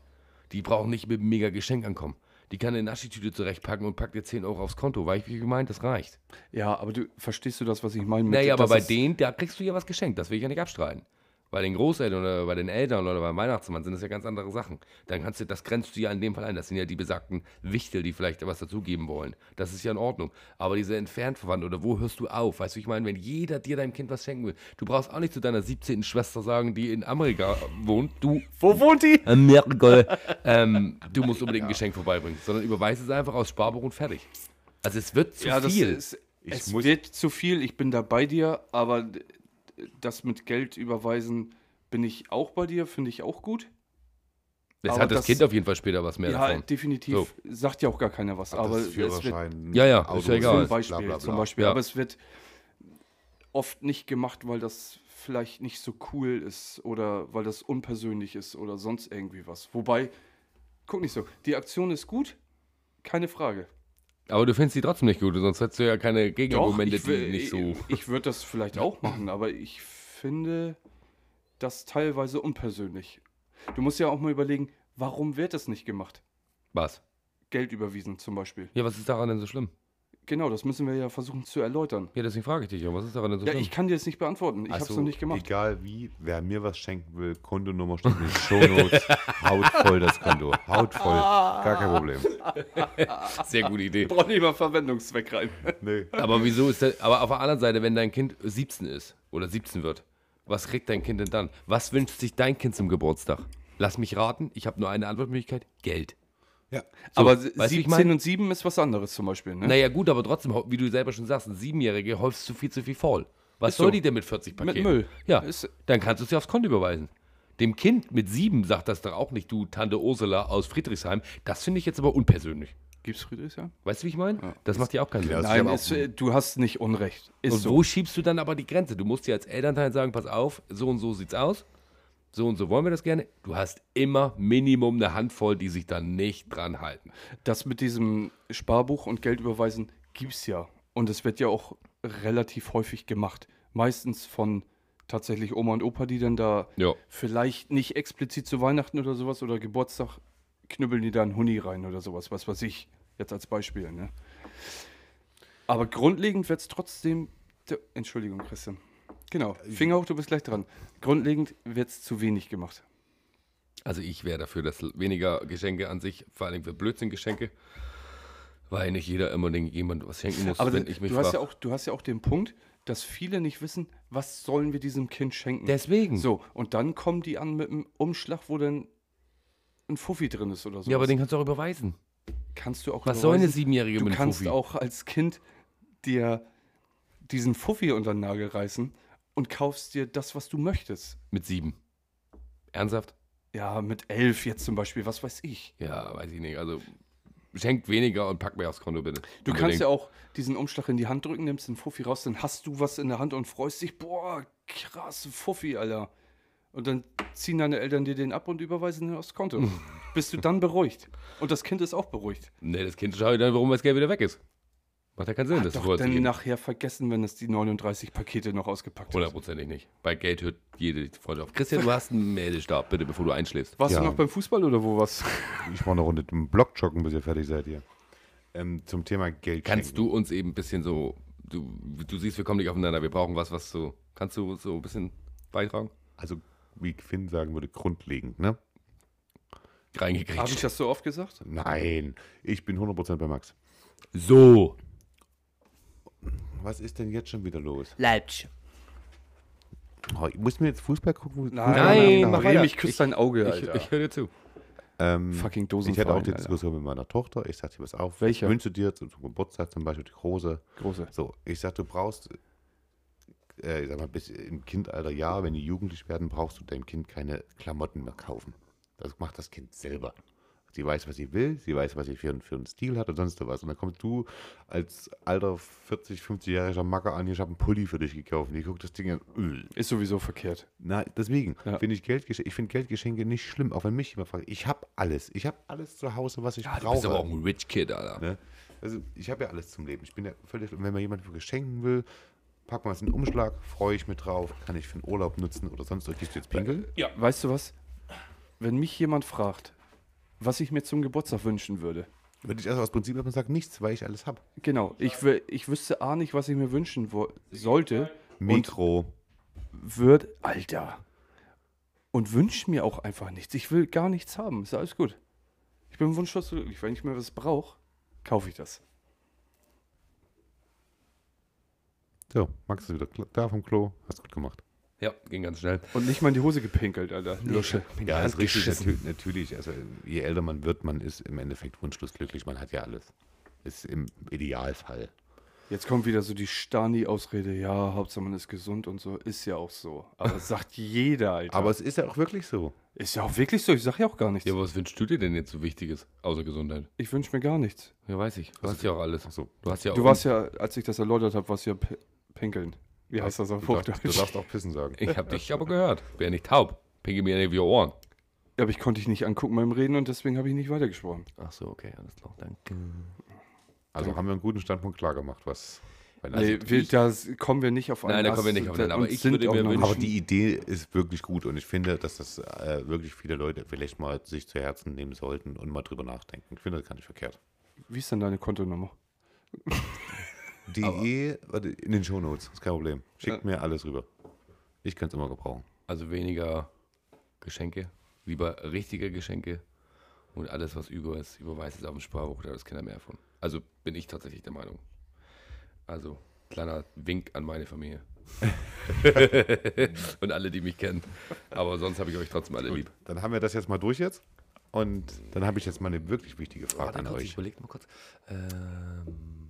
die braucht nicht mit einem mega Geschenk ankommen. Die kann eine Naschitüte zurechtpacken und packt dir 10 Euro aufs Konto. Weil ich wie gemeint, das reicht. Ja, aber du verstehst du das, was ich meine? mit, Naja, aber dass bei es- denen, da kriegst du ja was geschenkt. Das will ich ja nicht abstreiten. Bei den Großeltern oder bei den Eltern oder beim Weihnachtsmann sind das ja ganz andere Sachen. Dann kannst du, das grenzt du ja in dem Fall ein. Das sind ja die besagten Wichtel, die vielleicht was dazugeben wollen. Das ist ja in Ordnung. Aber diese entfernt verwandt oder wo hörst du auf? Weißt du, ich meine, wenn jeder dir deinem Kind was schenken will, du brauchst auch nicht zu deiner 17. Schwester sagen, die in Amerika wohnt, du Wo wohnt die? Amerika, ähm, du musst unbedingt ein Geschenk vorbeibringen, sondern überweist es einfach aus Sparbuch und fertig. Also es wird zu ja, das viel. ist. Ich es muss- wird zu viel, ich bin da bei dir, aber d- das mit Geld überweisen bin ich auch bei dir, finde ich auch gut. Es Aber hat das, das- Kind auf jeden Fall später was mehr Ja, davon. definitiv. So. Sagt ja auch gar keiner was. aber das es wird Führerschein, Ja, ja, ist ja Autos, egal. Zum bla, Beispiel, bla, bla. Zum Beispiel. Ja. Aber es wird oft nicht gemacht, weil das vielleicht nicht so cool ist oder weil das unpersönlich ist oder sonst irgendwie was. Wobei, guck nicht so, die Aktion ist gut, keine Frage. Aber du findest die trotzdem nicht gut, sonst hättest du ja keine Gegenargumente, ich wür- die nicht so. Ich, ich würde das vielleicht auch machen, aber ich finde das teilweise unpersönlich. Du musst ja auch mal überlegen, warum wird das nicht gemacht? Was? Geld überwiesen zum Beispiel. Ja, was ist daran denn so schlimm? Genau, das müssen wir ja versuchen zu erläutern. Ja, deswegen frage ich dich ja, was ist daran denn so Ja, schlimm? ich kann dir das nicht beantworten. Ich Ach habe es so, noch nicht gemacht. Also, Egal wie, wer mir was schenken will, Kontonummer steht in den Shownotes. Haut voll das Konto. Haut voll. Ah. Gar kein Problem. Sehr gute Idee. Braucht nicht mal Verwendungszweck rein. Nee. Aber wieso ist das, aber auf der anderen Seite, wenn dein Kind 17 ist oder 17 wird, was kriegt dein Kind denn dann? Was wünscht sich dein Kind zum Geburtstag? Lass mich raten, ich habe nur eine Antwortmöglichkeit, Geld. Ja. aber weißt du, wie ich 17 mein? und 7 ist was anderes zum Beispiel, ne? Naja gut, aber trotzdem, wie du selber schon sagst, ein Siebenjährige häufst du viel zu viel faul. Was Ist soll so. die denn mit 40 Paketen? Müll. Ja, Ist- dann kannst du es ja aufs Konto überweisen. Dem Kind mit sieben sagt das doch auch nicht, du Tante Ursula aus Friedrichsheim. Das finde ich jetzt aber unpersönlich. Gibt's Friedrichshain? Weißt du, wie ich meine? Das macht ja auch keinen Sinn. Ja, das ist Nein, aber auch- ist, äh, du hast nicht Unrecht. Ist Und wo schiebst du dann aber die Grenze? Du musst ja als Elternteil sagen, pass auf, so und so sieht's aus. So und so wollen wir das gerne. Du hast immer Minimum eine Handvoll, die sich dann nicht dran halten. Das mit diesem Sparbuch und Geld überweisen gibt's ja. Und es wird ja auch relativ häufig gemacht. Meistens von tatsächlich Oma und Opa, die dann da Ja. vielleicht nicht explizit zu Weihnachten oder sowas oder Geburtstag knüppeln die da einen Huni rein oder sowas, was weiß ich. Jetzt als Beispiel, ne? Aber grundlegend wird es trotzdem. der- Entschuldigung, Christian. Genau. Finger hoch, du bist gleich dran. Grundlegend wird es zu wenig gemacht. Also ich wäre dafür, dass weniger Geschenke an sich, vor allem für Blödsinn-Geschenke, weil nicht jeder immer den- jemand was schenken muss, Aber Also wenn du, ich mich du, hast frage. ja auch, du hast ja auch den Punkt, dass viele nicht wissen, was sollen wir diesem Kind schenken. Deswegen. So, und dann kommen die an mit einem Umschlag, wo dann ein Fuffi drin ist oder so. ja, aber den kannst du auch überweisen. kannst du auch Was soll eine überweisen. Siebenjährige Du mit einem kannst Fuffi? auch als Kind dir diesen Fuffi unter den Nagel reißen und kaufst dir das, was du möchtest. Mit sieben. Ernsthaft? Ja, mit elf jetzt zum Beispiel, was weiß ich. Ja, weiß ich nicht. Also schenkt weniger und packt mehr aufs Konto, bitte. Du kannst ja auch diesen Umschlag in die Hand drücken, nimmst den Fuffi raus, dann hast du was in der Hand und freust dich, boah, krass, ein Fuffi, Alter. Und dann ziehen deine Eltern dir den ab und überweisen ihn aufs Konto. Bist du dann beruhigt. Und das Kind ist auch beruhigt. Nee, das Kind schaut dann, warum das Geld wieder weg ist. Macht ja keinen Sinn, das Doch dann vorzugeben. nachher vergessen, wenn es die 39 Pakete noch ausgepackt hat. Hundertprozentig nicht. Bei Geld hört jede Freundschaft auf. Christian, du hast einen Meldestab, bitte, bevor du einschläfst. Warst Ja. du noch beim Fußball oder wo was? Ich mache eine Runde im Block joggen, bis ihr fertig seid hier. Ähm, zum Thema Geld Kannst schenken. du uns eben ein bisschen so, du, du siehst, wir kommen nicht aufeinander, wir brauchen was, was so, kannst du so ein bisschen beitragen? Also, wie Finn sagen würde, grundlegend, ne? Habe ich Reingekriegt. das so oft gesagt? Nein, ich bin 100% bei Max. So. Was ist denn jetzt schon wieder los? Leipzig. Oh, ich muss mir jetzt Fußball gucken? Nein, mach Bremen, weiter. ich küsse dein Auge, Ich, Alter. ich höre dir zu. Ähm, Fucking Dosen. ich hatte auch die Diskussion mit meiner Tochter. Ich sagte, pass auf, Welche? ich wünsche dir zum, zum Geburtstag zum Beispiel die große. Große. So, ich sag, du brauchst, äh, ich sag mal, bis im Kindalter, ja, wenn die jugendlich werden, brauchst du deinem Kind keine Klamotten mehr kaufen. Das macht das Kind selber. Sie weiß, was sie will, sie weiß, was sie für, für einen Stil hat und sonst was. Und dann kommst du als alter 40, 50-jähriger Macker an, hier, ich habe einen Pulli für dich gekauft. Und ich gucke das Ding an, öh, Ist sowieso verkehrt. na, deswegen Ja. finde ich Geldgeschenke, ich finde Geldgeschenke nicht schlimm, auch wenn mich jemand fragt, ich habe alles, ich habe alles zu Hause, was ich Du bist brauche. aber auch ein Rich Kid, Alter. ne? Also ich habe ja alles zum Leben. Ich bin ja völlig, und wenn mir jemand was schenken will, pack mal es in den Umschlag, freue ich mich drauf, kann ich für den Urlaub nutzen oder sonst was. Gehst du jetzt pinkeln? Ja. Weißt du was? Wenn mich jemand fragt, was ich mir zum Geburtstag wünschen würde. Würde ich erst aus Prinzip erstmal sagen, nichts, weil ich alles habe. Genau, ich, wü- ich wüsste A nicht, was ich mir wünschen wo- sollte. Mikro. Und würde, Alter. Und wünsche mir auch einfach nichts. Ich will gar nichts haben. Ist alles gut. Ich bin wunschlos glücklich. Wenn ich mir was brauche, kaufe ich das. So, Max ist wieder kl- da vom Klo, hast gut gemacht. Ja, ging ganz schnell. Und nicht mal in die Hose gepinkelt, Alter. Lusche. Ja, Hand ist richtig, geschissen. natü- natürlich. Also je älter man wird, man ist im Endeffekt wunschlos glücklich, man hat ja alles. Ist im Idealfall. Jetzt kommt wieder so die Stani-Ausrede, ja, Hauptsache man ist gesund und so. Ist ja auch so. Aber das sagt jeder, Alter. Aber es ist ja auch wirklich so. ist ja auch wirklich so, ich sag ja auch gar nichts. Ja, aber was wünschst du dir denn jetzt so Wichtiges, außer Gesundheit? Ich wünsche mir gar nichts. Ja, weiß ich. Du hast ja auch alles. Ach so. Du hast ja auch Du warst ja, als ich das erläutert habe, warst du ja p- pinkeln. Wie heißt das auf Du darfst, du Hochdeutsch? darfst auch Pissen sagen. Ich hab dich aber gehört. Wär nicht taub. Pinke mir in die Ohren. Ja, aber ich konnte dich nicht angucken beim Reden und deswegen habe ich nicht weitergesprochen. Ach so, okay, alles klar, danke. Also haben wir einen guten Standpunkt klar gemacht, was. weil also- Nee, wir, da kommen wir nicht auf Nein, da kommen wir nicht auf einen, aber und ich sind würde auch mir noch- wünschen- aber die Idee ist wirklich gut und ich finde, dass das äh, wirklich viele Leute vielleicht mal sich zu Herzen nehmen sollten und mal drüber nachdenken. Ich finde das gar nicht verkehrt. Wie ist denn deine Kontonummer? DE, E, warte, in den Shownotes, ist kein Problem. Schickt mir alles rüber. Ich kann es immer gebrauchen. Also weniger Geschenke, lieber richtige Geschenke und alles, was über ist, überweist es auf dem Sparbuch, da hat es keiner mehr von. Also bin ich tatsächlich der Meinung. Also, kleiner Wink an meine Familie. und alle, die mich kennen. Aber sonst habe ich euch trotzdem alle lieb. Dann haben wir das jetzt mal durch jetzt. Und dann habe ich jetzt mal eine wirklich wichtige Frage an euch. überlege mal kurz. Ähm,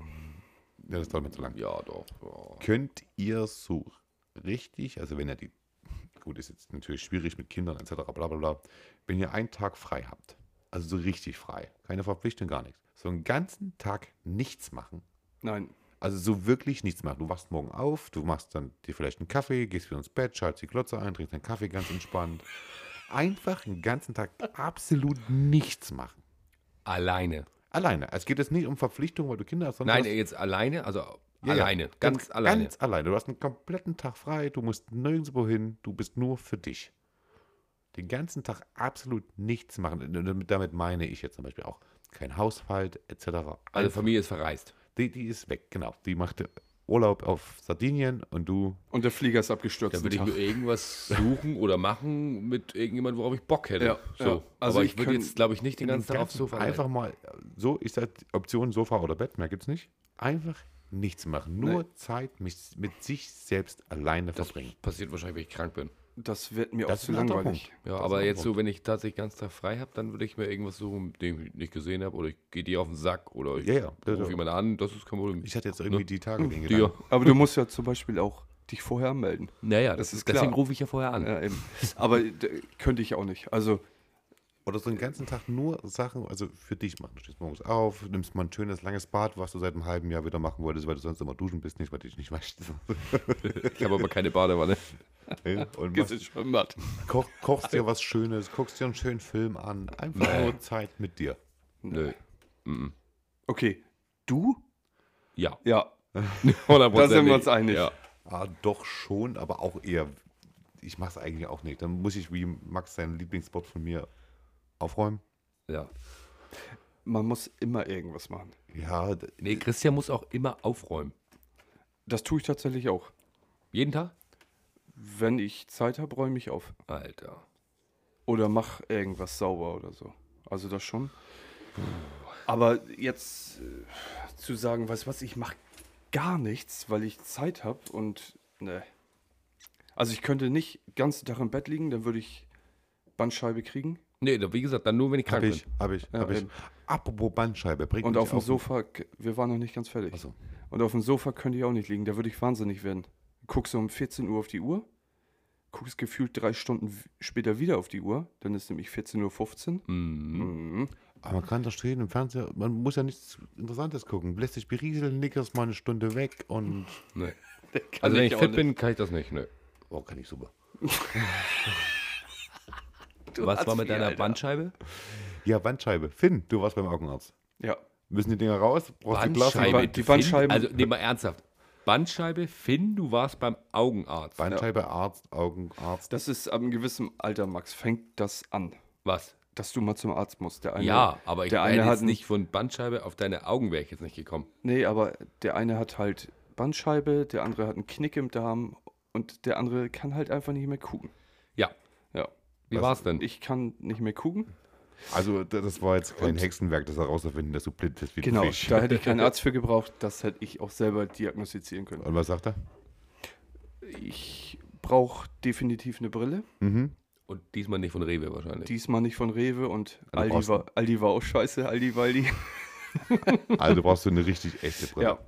Ja, das dauert mir zu lang. ja, doch. Ja. Könnt ihr so richtig, also wenn ihr die, gut, ist jetzt natürlich schwierig mit Kindern etc., bla bla bla, wenn ihr einen Tag frei habt, also so richtig frei, keine Verpflichtung, gar nichts, so einen ganzen Tag nichts machen, Nein. also so wirklich nichts machen. Du wachst morgen auf, du machst dann dir vielleicht einen Kaffee, gehst wieder ins Bett, schaltest die Glotze ein, trinkst deinen Kaffee ganz entspannt. Einfach den ganzen Tag absolut nichts machen. Alleine. Alleine. Es geht jetzt nicht um Verpflichtung, weil du Kinder hast, sondern Nein, du hast- jetzt alleine, also ja, ja. alleine, ganz alleine. Ganz alleine. Du hast einen kompletten Tag frei, du musst nirgendwo hin, du bist nur für dich. Den ganzen Tag absolut nichts machen. Und damit- Damit meine ich jetzt zum Beispiel auch kein Haushalt etc. Also Familie ist verreist. die, die ist weg, genau. Die macht Urlaub auf Sardinien und du. Und der Flieger ist abgestürzt. Da würde ich einen mir Tag. irgendwas suchen oder machen mit irgendjemandem, worauf ich Bock hätte. Ja, so. ja. Also Aber ich ich, würde kann jetzt, glaube ich, nicht den ganzen Tag aufs Sofa Einfach rein. mal, so ist das Option Sofa oder Bett, mehr gibt's nicht. Einfach nichts machen. Nur Zeit mit, mit sich selbst alleine Das verbringen. passiert wahrscheinlich, wenn ich krank bin. Das wird mir auch Das zu ist ein anderer langweilig. Punkt. Ja, Das ist aber ein jetzt Punkt. so, wenn ich tatsächlich ganz Tag frei habe, dann würde ich mir irgendwas suchen, mit dem ich nicht gesehen habe. Oder ich gehe dir auf den Sack oder ich Ja, ja. rufe jemanden an. Das ist kein Problem. Ich hatte jetzt ne? irgendwie die Tage den dir. Gedanken. Aber du musst ja zum Beispiel auch dich vorher anmelden. Naja, Das das ist ist deswegen klar. rufe ich ja vorher an. Ja, eben. Aber d- könnte ich auch nicht. Also, Oder so den ganzen Tag nur Sachen, also für dich machen. Du stehst morgens auf, nimmst mal ein schönes, langes Bad, was du seit einem halben Jahr wieder machen wolltest, weil du sonst immer duschen bist, nicht, weil du dich nicht waschst. Ich habe aber keine Badewanne. Und machst, Schwimmbad. koch, kochst dir was Schönes, guckst dir einen schönen Film an. Einfach nur Zeit mit dir. Nö. Okay, du? Ja. Ja. 100%. Da sind wir uns einig. Ja. Ah, doch schon, aber auch eher, ich mache es eigentlich auch nicht. Dann muss ich, wie Max, seinen Lieblingsspot von mir aufräumen. ja. Man muss immer irgendwas machen. Ja, d- Nee, Christian muss auch immer aufräumen. Das tue ich tatsächlich auch. Jeden Tag? Wenn ich Zeit habe, räume ich auf. Alter. Oder mach irgendwas sauber oder so. Also das schon. Aber jetzt äh, zu sagen, weißt du was, ich mache gar nichts, weil ich Zeit habe und ne. Also ich könnte nicht den ganzen Tag im Bett liegen, dann würde ich Bandscheibe kriegen. Nee, da- wie gesagt, dann nur, wenn ich krank habe ich, bin. habe ich, Ja, habe ich. eben. Apropos Bandscheibe, bringt Und uns auf dem auch- Sofa, k- wir waren noch nicht ganz fertig. Ach so. Und auf dem Sofa könnte ich auch nicht liegen, da würde ich wahnsinnig werden. Guckst du um 14 Uhr auf die Uhr, guckst gefühlt drei Stunden w- später wieder auf die Uhr, dann ist nämlich 14.15 Uhr. Mhm. Mhm. Aber man kann da stehen im Fernseher, man muss ja nichts Interessantes gucken. Lässt sich berieseln, nickers mal eine Stunde weg und. Nee. Also wenn ich auch fit nicht. bin, kann ich das nicht. Nö. Oh, kann ich super. Was war Hartz mit IV, deiner Alter. Bandscheibe? Ja, Wandscheibe. Finn, du warst beim Augenarzt. Ja, Müssen die Dinger raus? Brauchst du Glas? Bandscheibe. die Finn, Bandscheiben- also nee, mal ernsthaft. Bandscheibe, Finn, du warst beim Augenarzt. Bandscheibe, Arzt, Augenarzt. das ist ab einem gewissen Alter, Max, fängt das an, Was? dass du mal zum Arzt musst. Der eine, ja, aber ich der wäre eine hat jetzt ein- nicht von Bandscheibe auf deine Augen wäre ich jetzt nicht gekommen. Nee, aber der eine hat halt Bandscheibe, der andere hat einen Knick im Darm und der andere kann halt einfach nicht mehr kuchen. Ja. Ja, Wie Was? war's denn? ich kann nicht mehr kuchen. Also, d- das war jetzt kein Und- Hexenwerk, das herauszufinden, dass du blind bist wie Genau, ein Fisch. da hätte ich keinen Arzt für gebraucht, das hätte ich auch selber diagnostizieren können. Und was sagt er? Ich brauche definitiv eine Brille. Mhm. Und diesmal nicht von Rewe wahrscheinlich. Diesmal nicht von Rewe Ja, und du Aldi brauchst- war, Aldi war auch scheiße, Aldi Waldi. Also brauchst du eine richtig echte Brille. Ja.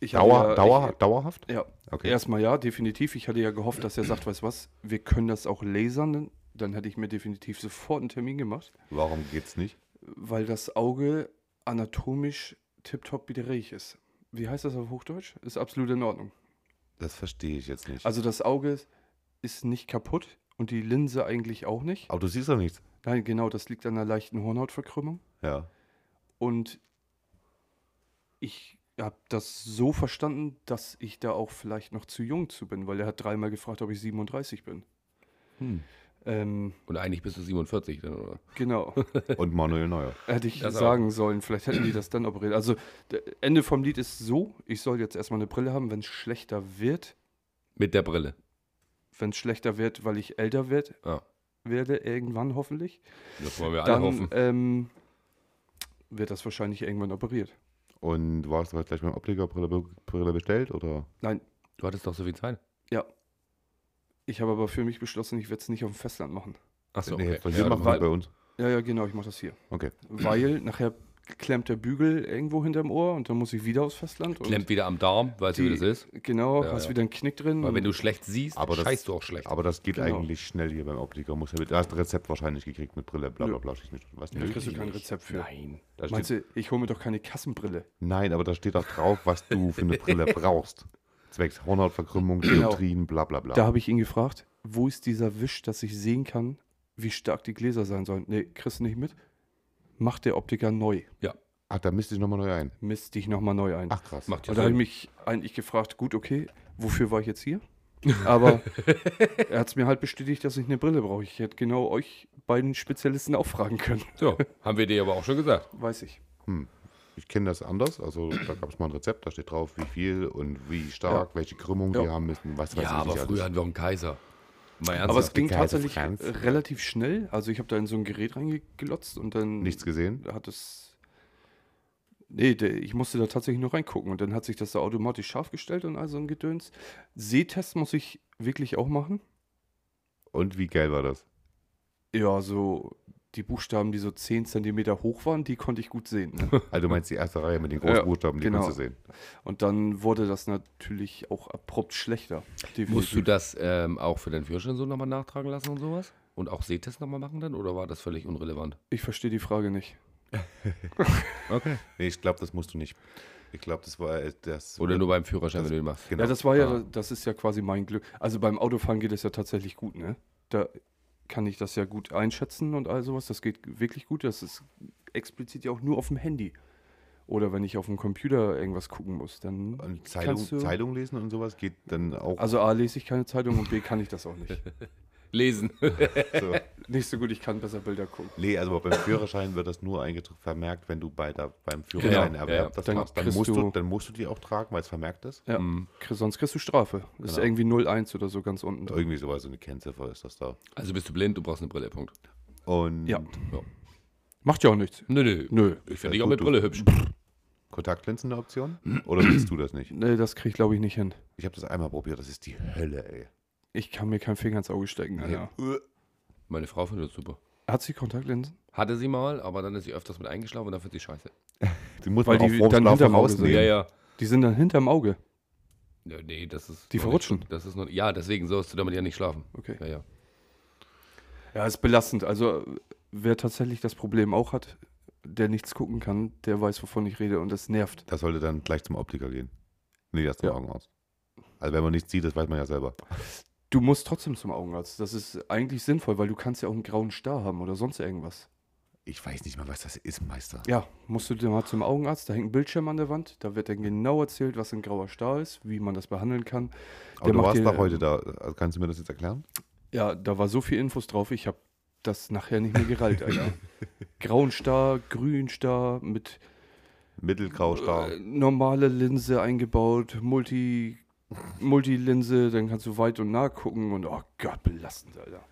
Ich habe Dauer, ja, Dauer, Ich, dauerhaft? ja, Okay. erstmal ja, definitiv. Ich hatte ja gehofft, dass er sagt, weißt du was, wir können das auch lasern. Dann- Dann hätte ich mir definitiv sofort einen Termin gemacht, Warum geht's nicht? weil das Auge anatomisch tiptop widerregt ist. Wie heißt das auf Hochdeutsch? Ist absolut in Ordnung. Das verstehe ich jetzt nicht. Also das Auge ist nicht kaputt und die Linse eigentlich auch nicht. Aber du siehst doch nichts. Nein, genau, das liegt an einer leichten Hornhautverkrümmung. Ja. Und ich habe das so verstanden, dass ich da auch vielleicht noch zu jung zu bin, weil er hat dreimal gefragt, ob ich 37 bin. Hm. Ähm, Und eigentlich bist du 47 dann, oder? genau. Und Manuel Neuer. Hätte ich Das auch. sagen sollen, vielleicht hätten die das dann operiert. Also, d- Ende vom Lied ist so, ich soll jetzt erstmal eine Brille haben, wenn es schlechter wird. Mit der Brille. Wenn es schlechter wird, weil ich älter werd, Ja. werde, irgendwann hoffentlich, Das wollen wir alle dann hoffen. ähm, wird das wahrscheinlich irgendwann operiert. Und warst du halt gleich beim Optiker Brille, Brille bestellt oder? Nein, Du hattest doch so viel Zeit. Ja. Ich habe aber für mich beschlossen, ich werde es nicht auf dem Festland machen. Achso, Nee, okay. jetzt doch Ja, hier machen dann- wir bei uns. Ja, ja, genau, ich mache das hier. Okay. Weil nachher klemmt der Bügel irgendwo hinterm Ohr und dann muss ich wieder aufs Festland. Und Klemmt wieder am Darm, weißt du, die- Hm. wie das ist? Genau, Ja, hast ja. wieder einen Knick drin. Weil wenn du und- schlecht siehst, Aber das- scheißt du auch schlecht. Aber das geht Genau. eigentlich schnell hier beim Optiker. Muss ja mit, du hast ein Rezept wahrscheinlich gekriegt mit Brille, bla bla Nö. bla. schieß mich tot. Was da nö, kriegst du die- kein Rezept für. Nein. da steht, Meinst du, ich hole mir doch keine Kassenbrille. Nein, aber da steht auch drauf, was du für eine Brille brauchst. Zwecks Hornhautverkrümmung, Genau. Dioptrien, bla bla bla. Da habe ich ihn gefragt, wo ist dieser Wisch, dass ich sehen kann, wie stark die Gläser sein sollen. Nee, kriegst du nicht mit. Macht der Optiker neu. Ach, da misst ich nochmal neu ein. Misst dich nochmal neu ein. Ach krass. Macht ja Und da habe ich Sinn. mich eigentlich gefragt, gut, okay, wofür war ich jetzt hier? Aber er hat es mir halt bestätigt, dass ich eine Brille brauche. Ich hätte genau euch beiden Spezialisten auch fragen können. So, haben wir dir aber auch schon gesagt. Weiß ich. Ich kenne das anders. Also da gab es mal ein Rezept, da steht drauf, wie viel und wie stark, welche Krümmung die Ja. haben müssen. Was Ja, weiß ich aber nicht früher alles. hatten wir auch einen Kaiser. Mal Aber es ernsthaft. ging Dicke tatsächlich Heide Also Franz. relativ schnell. Also ich habe da in so ein Gerät reingeglotzt und dann Nichts gesehen. hat es... Nee, der- ich musste da tatsächlich nur reingucken und dann hat sich das da automatisch scharf gestellt und all so ein Gedöns. Sehtest muss ich wirklich auch machen. Und wie geil war das? Ja, so die Buchstaben, die so 10 Zentimeter hoch waren, die konnte ich gut sehen. Ne? Also du meinst die erste Reihe mit den Ja, Großbuchstaben, die genau. kannst du sehen. Und dann wurde das natürlich auch abrupt schlechter. Musst du definitiv. das ähm, auch für deinen Führerschein so nochmal nachtragen lassen und sowas? Und auch Sehtest nochmal machen dann? Oder war das völlig unrelevant? ich verstehe die Frage nicht. Okay. Nee, ich glaube, das musst du nicht. Ich glaube, das war äh, das. Oder nur beim Führerschein, Das- wenn du den machst. Genau. Ja, das war ja, Ah. das ist ja quasi mein Glück. Also beim Autofahren geht es ja tatsächlich gut, ne? Da kann ich das ja gut einschätzen und all sowas. Das geht wirklich gut. Das ist explizit ja auch nur auf dem Handy. Oder wenn ich auf dem Computer irgendwas gucken muss, dann. und Zeitung, kannst du- Zeitung lesen und sowas geht dann auch. Also A lese ich keine Zeitung und B kann ich das auch nicht. Lesen. so. nicht so gut, ich kann besser Bilder gucken. Nee, also beim Führerschein wird das nur eingetr- vermerkt, wenn du bei der, beim Führerschein Genau, erwerb ja. das Dann machst. Dann kriegst musst du, du- dann musst du die auch tragen, weil es vermerkt ist. Ja, krieg- sonst kriegst du Strafe. Mhm. Ist Genau. irgendwie 0,1 oder so ganz unten drin. Irgendwie sowas, so eine Kennziffer ist das da. Also bist du blind, du brauchst eine Brille, Punkt. Und Ja. Ja. Macht ja auch nichts. Nö, nö. Nö. Ich finde dich Ja, auch gut, mit du- Brille hübsch. Kontaktlinsen eine Option? Oder willst du das nicht? Nee, das krieg ich, glaube ich, nicht hin. Ich habe das einmal probiert, das ist die Hölle, ey. Ich kann mir keinen Finger ins Auge stecken. Alter. Äh, Meine Frau findet das super. Hat sie Kontaktlinsen? Hatte sie mal, aber dann ist sie öfters mit eingeschlafen und dann findet sie scheiße. Die muss Weil man die auch vorm dann Schlafen hinterm Auge rausnehmen. sind. Ja, ja. Die sind dann hinterm Auge. Ja, nee, das ist. Die noch verrutschen. Nicht, das ist noch, ja, deswegen sollst du damit ja nicht schlafen. Okay. Ja, ja. Ja, ist belastend. Also, äh, wer tatsächlich das Problem auch hat, der nichts gucken kann, der weiß, wovon ich rede und das nervt. Das sollte dann gleich zum Optiker gehen. Nee, erst zum Ja. Augenarzt. Also wenn man nichts sieht, das weiß man ja selber. Du musst trotzdem zum Augenarzt. Das ist eigentlich sinnvoll, weil du kannst ja auch einen grauen Star haben oder sonst irgendwas. Ich weiß nicht mal, was das ist, Meister. Ja, musst du dir mal zum Augenarzt, da hängt ein Bildschirm an der Wand, da wird dann genau erzählt, was ein grauer Star ist, wie man das behandeln kann. Aber du macht warst dir- doch heute da. Also kannst du mir das jetzt erklären? Ja, da war so viel Infos drauf, ich habe das nachher nicht mehr gerallt, Alter. grauen Star, grün Star, mit Mittelgraustar. Äh, normale Linse eingebaut, Multi, Multilinse, dann kannst du weit und nah gucken und oh Gott, belastend, Alter.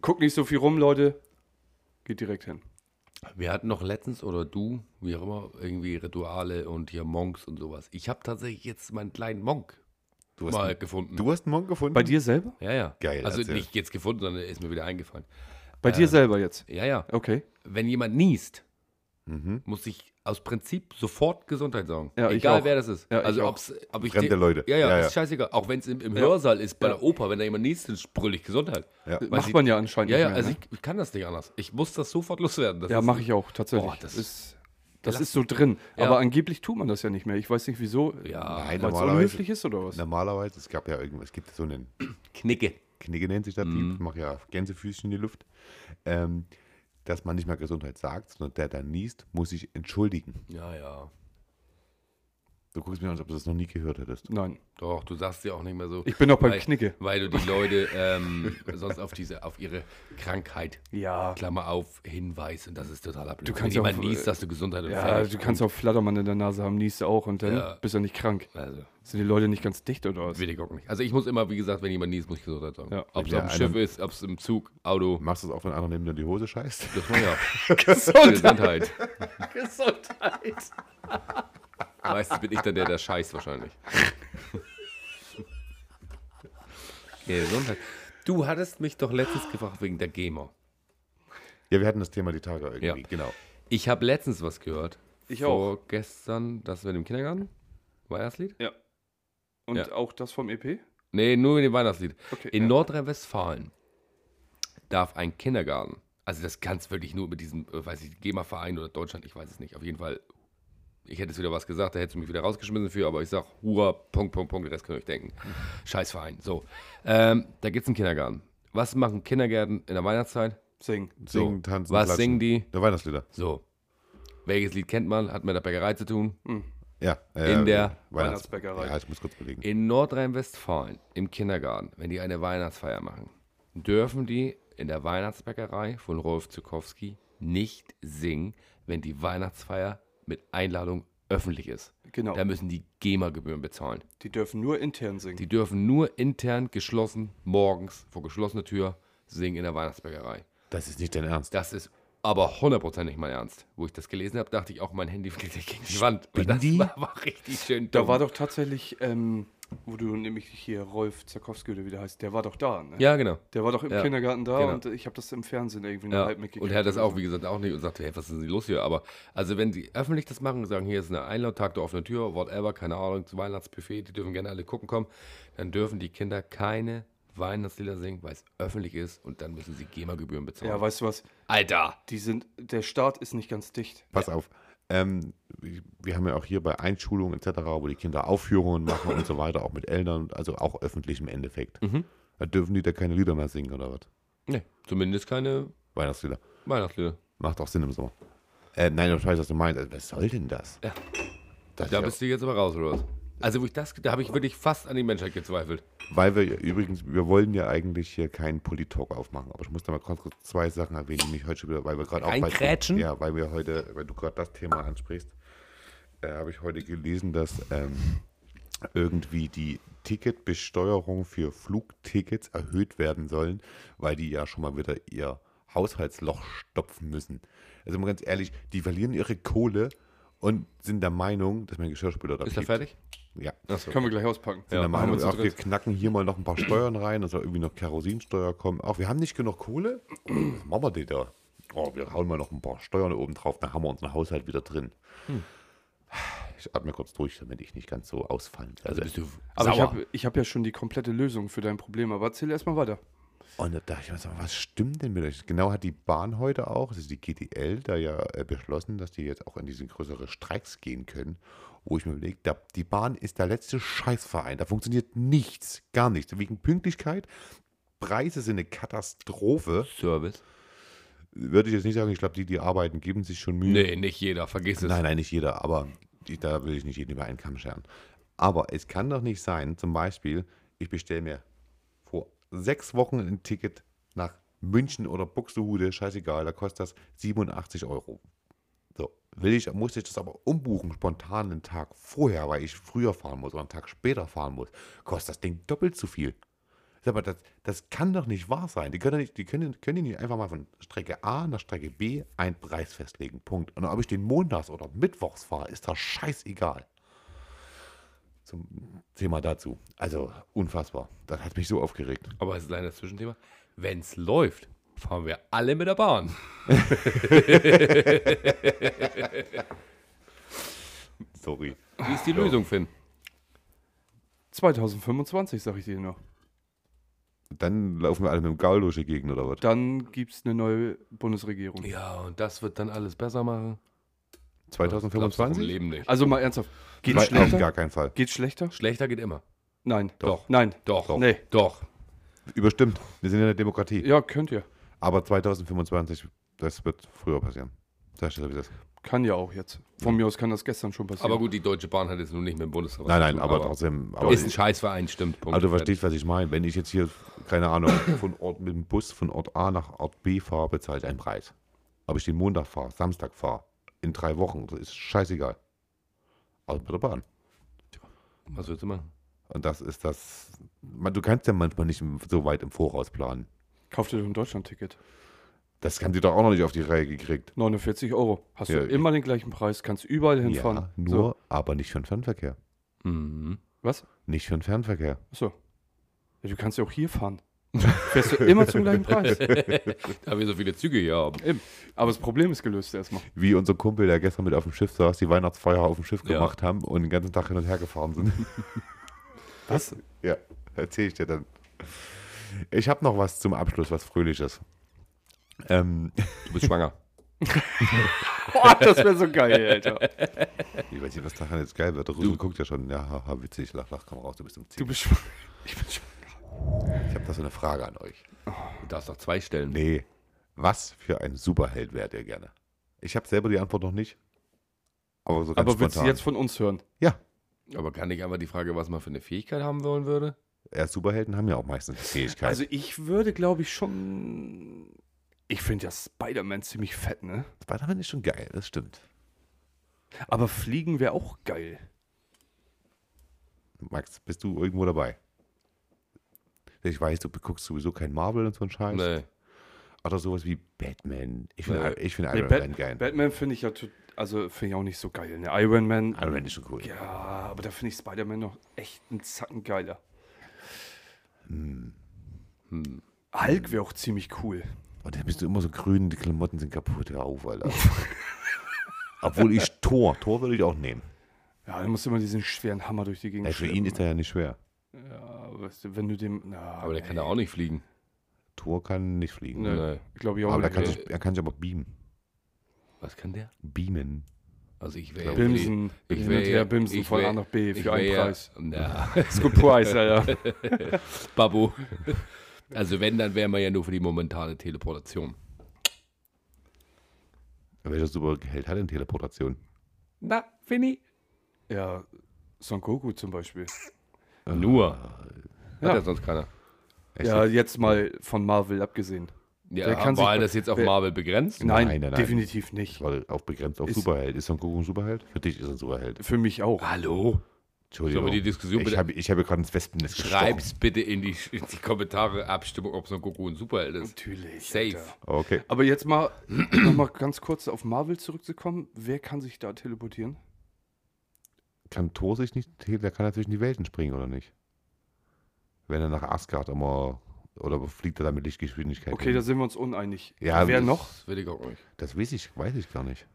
Guck nicht so viel rum, Leute. Geht direkt hin. Wir hatten noch letztens, oder du, wie auch immer, irgendwie Rituale und hier Monks und sowas. Ich habe tatsächlich jetzt meinen kleinen Monk Du hast, mal gefunden. du hast einen Monk gefunden? Bei dir selber? Ja, ja. Geil, Also erzähl. nicht jetzt gefunden, sondern ist mir wieder eingefallen. Bei dir selber jetzt. Ja, ja. Okay. Wenn jemand niest, Mhm. muss ich aus Prinzip sofort Gesundheit sagen. Ja, ich egal auch. wer das ist. Ja, ich also auch. ob's, ob ich Fremde den- Leute. Ja, ja, Ja, ja. ist scheißegal. Auch wenn es im, im Ja. Hörsaal ist, bei Ja. der Oper, wenn da jemand niest, dann brüll ich Gesundheit. Ja. Weil Macht sie- man ja anscheinend Ja, nicht ja, mehr, also ne? ich, ich kann das nicht anders. Ich muss das sofort loswerden. Das Ja, ist- mache ich auch, tatsächlich. Boah, das das ist, das ist so drin. Ja. Aber angeblich tut man das ja nicht mehr. Ich weiß nicht wieso. Ja, Nein, Weil es normalerweise, unhöflich ist oder was? normalerweise, es gab ja irgendwas, es gibt so einen Knicke. Knigge nennt sich das, die Mhm. machen ja Gänsefüßchen in die Luft, ähm, dass man nicht mehr Gesundheit sagt, sondern der da niest, muss sich entschuldigen. Ja, ja. Du guckst mir an, als ob du das noch nie gehört hättest. Nein. Doch, du sagst ja auch nicht mehr so. Ich bin noch beim weil, Knicke. Weil du die Leute ähm, sonst auf diese, auf ihre Krankheit, Ja. Klammer auf, hinweist. Und das ist totaler Blödsinn. kannst Wenn jemand auch- äh, niest, dass du Gesundheit und Ja, fertig. du kannst auch Flattermann in der Nase haben, niest du auch und dann Ja. bist du nicht krank. Also, Sind die Leute nicht ganz dicht oder was? will ich auch nicht. Also ich muss immer, wie gesagt, wenn jemand niest, muss ich Gesundheit sagen. Ja. Ob es Ja, auf dem einer- Schiff ist, ob es im Zug, Auto, Machst du es auch, wenn einer neben dir in die Hose scheißt? das war ja. Gesundheit. Gesundheit. Gesundheit. Meistens bin ich dann der, der scheißt wahrscheinlich. Gesundheit. Du hattest mich doch letztens gefragt wegen der GEMA. Ja, wir hatten das Thema die Tage irgendwie, Ja. genau. Ich habe letztens was gehört. Ich auch. Vorgestern, das mit dem Kindergarten? Weihnachtslied? Ja. Und Ja. auch das vom EP? Nee, nur mit dem Weihnachtslied. Okay, In Äh, ja. Nordrhein-Westfalen darf ein Kindergarten, also das kann es wirklich nur mit diesem, äh, weiß ich, GEMA-Verein oder Deutschland, ich weiß es nicht, auf jeden Fall, ich hätte es wieder was gesagt, da hättest du mich wieder rausgeschmissen für, aber ich sag, hurra, Punkt, Punkt, Punkt, den Rest könnt ihr euch denken. Mhm. Scheiß Verein. So, ähm, da gibt's einen Kindergarten. Was machen Kindergärten in der Weihnachtszeit? Sing. So, Singen, tanzen, was klatschen. singen die? Der Weihnachtslieder. So. Welches Lied kennt man? Hat mit der Bäckerei zu tun? Ja. äh, In der Weihnachtsbäckerei. Ja, ich muss kurz überlegen. In Nordrhein-Westfalen, im Kindergarten, wenn die eine Weihnachtsfeier machen, dürfen die in der Weihnachtsbäckerei von Rolf Zukowski nicht singen, wenn die Weihnachtsfeier mit Einladung öffentlich ist. Genau. Da müssen die GEMA-Gebühren bezahlen. Die dürfen nur intern singen. Die dürfen nur intern geschlossen, morgens vor geschlossener Tür singen in der Weihnachtsbäckerei. Das ist nicht dein Ernst. Das ist aber hundertprozentig mein Ernst. Wo ich das gelesen habe, dachte ich auch, mein Handy fliegt gegen die Wand. Weil das die? war, war richtig schön. Da dumm. war doch tatsächlich, ähm, wo du nämlich hier Rolf Zarkowski oder wie der heißt, der war doch da, ne? ja, genau. Der war doch im Ja, Kindergarten da genau. und ich habe das im Fernsehen irgendwie nur Ja, halb mitgekriegt. und er hat das Halt oder auch, so. wie gesagt, auch nicht und sagte, hey, was ist denn los hier? Aber also wenn sie öffentlich das machen und sagen, hier ist eine Einladung, Tag der offenen Tür, whatever, keine Ahnung, zum Weihnachtsbuffet, die dürfen gerne alle gucken kommen, dann dürfen die Kinder keine Weihnachtslieder singen, weil es öffentlich ist und dann müssen sie GEMA-Gebühren bezahlen. Ja, weißt du was? Alter! Die sind, der Staat ist nicht ganz dicht. Pass auf. Ähm, wir haben ja auch hier bei Einschulungen etc., wo die Kinder Aufführungen machen und so weiter, auch mit Eltern, also auch öffentlich im Endeffekt. Mhm. Da dürfen die da keine Lieder mehr singen oder was? Nee, zumindest keine Weihnachtslieder. Weihnachtslieder. Macht auch Sinn im Sommer. Äh, nein, ich weiß, was du meinst. Also, was soll denn das? Ja. Das Da ist ja bist du jetzt aber raus, oder was? Also wo ich das, da habe ich wirklich fast an die Menschheit gezweifelt. Weil wir ja übrigens, wir wollen ja eigentlich hier keinen Politalk aufmachen, aber ich muss da mal kurz kurz zwei Sachen erwähnen, die mich heute schon wieder, weil wir gerade auch Reinkrätschen? Bei, ja, weil wir heute, weil du gerade das Thema ansprichst, äh, habe ich heute gelesen, dass ähm, irgendwie die Ticketbesteuerung für Flugtickets erhöht werden sollen, weil die ja schon mal wieder ihr Haushaltsloch stopfen müssen. Also mal ganz ehrlich, die verlieren ihre Kohle und sind der Meinung, dass mein Geschirrspüler da Ist er piept. fertig? Ja. Können wir gleich auspacken. Ja, Ja, dann machen machen wir wir auch, zu wir knacken hier mal noch ein paar Steuern rein, dass da irgendwie noch Kerosinsteuer kommt. Auch wir haben nicht genug Kohle. Oh, was machen wir denn da? Oh, wir hauen mal noch ein paar Steuern oben drauf, dann haben wir unseren Haushalt wieder drin. Ich atme kurz durch, damit ich nicht ganz so ausfallen werde. bist du Aber ich sauer. habe ich hab ja schon die komplette Lösung für dein Problem, aber erzähl erstmal weiter. Und da dachte ich mir so, was stimmt denn mit euch? Genau hat die Bahn heute auch, das ist die GDL, da ja äh, beschlossen, dass die jetzt auch in diese größere Streiks gehen können, wo ich mir überlege, da- die Bahn ist der letzte Scheißverein, da funktioniert nichts, gar nichts. Wegen Pünktlichkeit, Preise sind eine Katastrophe. Service? Würde ich jetzt nicht sagen, ich glaube, die, die arbeiten, geben sich schon Mühe. Nee, nicht jeder, vergiss es. Nein, nein, nicht jeder, aber die, da will ich nicht jeden über einen Kamm scheren. Aber es kann doch nicht sein, zum Beispiel, ich bestelle mir vor sechs Wochen ein Ticket nach München oder Buxtehude, scheißegal, da kostet das 87 Euro. So, will ich, muss ich das aber umbuchen, spontan einen Tag vorher, weil ich früher fahren muss oder einen Tag später fahren muss, kostet das Ding doppelt so viel. Sag mal, das, das kann doch nicht wahr sein. Die können doch nicht, die können, können die nicht einfach mal von Strecke A nach Strecke B einen Preis festlegen. Punkt. Und ob ich den montags oder mittwochs fahre, ist das scheißegal. Zum Thema dazu. Also unfassbar. Das hat mich so aufgeregt. Aber es ist leider das Zwischenthema. Wenn es läuft, fahren wir alle mit der Bahn. Sorry. Wie ist die Lösung, Finn? 2025, sag ich dir noch. Dann laufen wir alle mit dem Gaul durch die Gegend oder was? Dann gibt es eine neue Bundesregierung. Ja, und das wird dann alles besser machen. Glaubst du vom 2025? Leben nicht. Also mal ernsthaft. Geht's Nein, auf schlechter? gar keinen Fall. Geht's schlechter? Schlechter geht immer. Nein. Doch. Nein. Doch. Nee. Doch. Überstimmt. Wir sind ja eine Demokratie. Ja, könnt ihr. Aber 2025, das wird früher passieren. Das ist das. Kann ja auch jetzt. Von mir aus kann das gestern schon passieren. Aber gut, die Deutsche Bahn hat jetzt nun nicht mit dem Bundesrat. Nein, zu nein, tun, aber, trotzdem. Aber, ist ein Scheißverein, stimmt. Punkt. aber Also, du verstehst, was ich meine. Wenn ich jetzt hier, keine Ahnung, von Ort mit dem Bus von Ort A nach Ort B fahre, bezahle ich einen Preis. Ob ich den Montag fahre, Samstag fahre, in drei Wochen, das ist scheißegal. Also bei der Bahn. Was willst du machen? Und das ist das. Man, du kannst ja manchmal nicht im- so weit im Voraus planen. Kauft ihr doch ein Deutschland-Ticket. Das haben die doch auch noch nicht auf die Reihe gekriegt. 49 Euro. Hast Ja, du immer den gleichen Preis, kannst überall hinfahren. Ja, nur, aber nicht für den Fernverkehr. Mhm. Was? Nicht für den Fernverkehr. Achso. Ja, du kannst ja auch hier fahren. Fährst du immer zum gleichen Preis. Da wir so viele Züge hier haben. Eben. Aber das Problem ist gelöst erstmal. Wie unser Kumpel, der gestern mit auf dem Schiff saß, die Weihnachtsfeier auf dem Schiff Ja. gemacht haben und den ganzen Tag hin und her gefahren sind. Was? ja, erzähle ich dir dann. Ich habe noch was zum Abschluss, was Fröhliches. Ähm, Du bist schwanger. Boah, das wäre so geil, Alter. ich weiß nicht, was daran jetzt geil wird. Der Russel guckt ja schon. Ja, haha, witzig, lach, lach, komm raus, du bist im Ziel. Du bist schwanger. Ich bin schwanger. Ich habe da so eine Frage an euch. Du darfst noch zwei stellen. Nee, was für ein Superheld wärt ihr gerne? Ich habe selber die Antwort noch nicht. Aber so ganz Aber willst du spontan. jetzt von uns hören? ja, Aber kann ich einfach die Frage, was man für eine Fähigkeit haben wollen würde? ja, Superhelden haben ja auch meistens die Fähigkeit. Also ich würde, glaube ich, schon. Ich finde ja Spider-Man ziemlich fett, ne? Spider-Man ist schon geil, das stimmt. Aber fliegen wäre auch geil. Max, bist du irgendwo dabei? Ich weiß, du guckst sowieso kein Marvel und so ein Scheiß. Nee. Oder sowas wie Batman. Ich finde Nee. ich find Nee, Iron Man Bat geil. Batman finde ich ja tot- also finde ich auch nicht so geil. Ne? Iron Man. Iron Man ist schon cool. Ja, aber da finde ich Spider-Man noch echt einen Zacken geiler. Hm. Hulk wäre auch ziemlich cool. Und dann bist du immer so grün, die Klamotten sind kaputt. Hör auf, Alter. Obwohl ich Tor, Tor würde ich auch nehmen. Ja, dann musst du immer diesen schweren Hammer durch die Gegend Ja, für ihn ist er ja nicht schwer. ja, weißt du, wenn du dem. Na, Aber der kann da auch nicht fliegen. Tor kann nicht fliegen. Nö, Nee. glaube ich auch Aber er nicht. kann, sich, er kann sich aber beamen. Was kann der? Beamen. Also ich wäre Bimsen. Ich hin wär- und her bimsen ich von wär- A nach B ich für einen wär- Preis. Na, Surprise, Alter. Babu. Also wenn, dann wären wir ja nur für die momentane Teleportation. Welcher Superheld hat denn Teleportation? Na, Finny? Ja, Son Goku zum Beispiel. Nur. Ja. Hat ja sonst keiner. Äh, Ja, jetzt mal von Marvel abgesehen. Ja, Der kann war sich- das jetzt auf wer- Marvel begrenzt? Nein, nein, nein. definitiv nicht. Weil auch begrenzt auf Ist- Superheld. Ist Son Goku ein Superheld? Für dich ist er ein Superheld. Für mich auch. Hallo? Entschuldigung. Sollen wir die Diskussion ich bitte- habe ich habe gerade ins Wespennest gestochen. Schreib's bitte in die, in die Kommentare Abstimmung, ob so ein Goku ein Superheld ist. Natürlich. Safe. Alter. Okay. Aber jetzt mal nochmal ganz kurz auf Marvel zurückzukommen. Wer kann sich da teleportieren? Kann Thor sich nicht, tele- der kann er zwischen die Welten springen, oder nicht? Wenn er nach Asgard immer, oder fliegt er da mit Lichtgeschwindigkeit? Okay, hin? da sind wir uns uneinig. Ja, Wer das- noch? Das will ich auch nicht. das weiß ich, weiß ich gar nicht.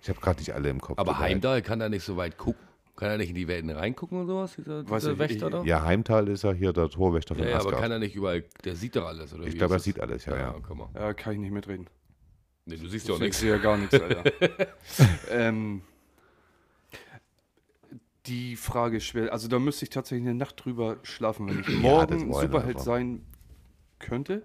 Ich habe gerade nicht alle im Kopf. Aber tut mir leid. Heimdall kann da nicht so weit gucken. Kann er nicht in die Welten reingucken und sowas? Dieser, Weiß dieser ich, Wächter ich- da? Ja, Heimtal ist ja hier der Torwächter von Ja, ja, aber Asgard. kann er nicht überall. Der sieht doch alles, oder? ich wie glaube, er ist das? sieht alles, ja, ja. komm mal. Ja, Äh, kann ich nicht mitreden. Nee, du siehst ja auch Ich nichts. sehe ja gar nichts, Alter. ähm, die Frage ist schwer. Also da müsste ich tatsächlich eine Nacht drüber schlafen. Wenn ich das morgen wollen wir Superheld einfach. sein könnte,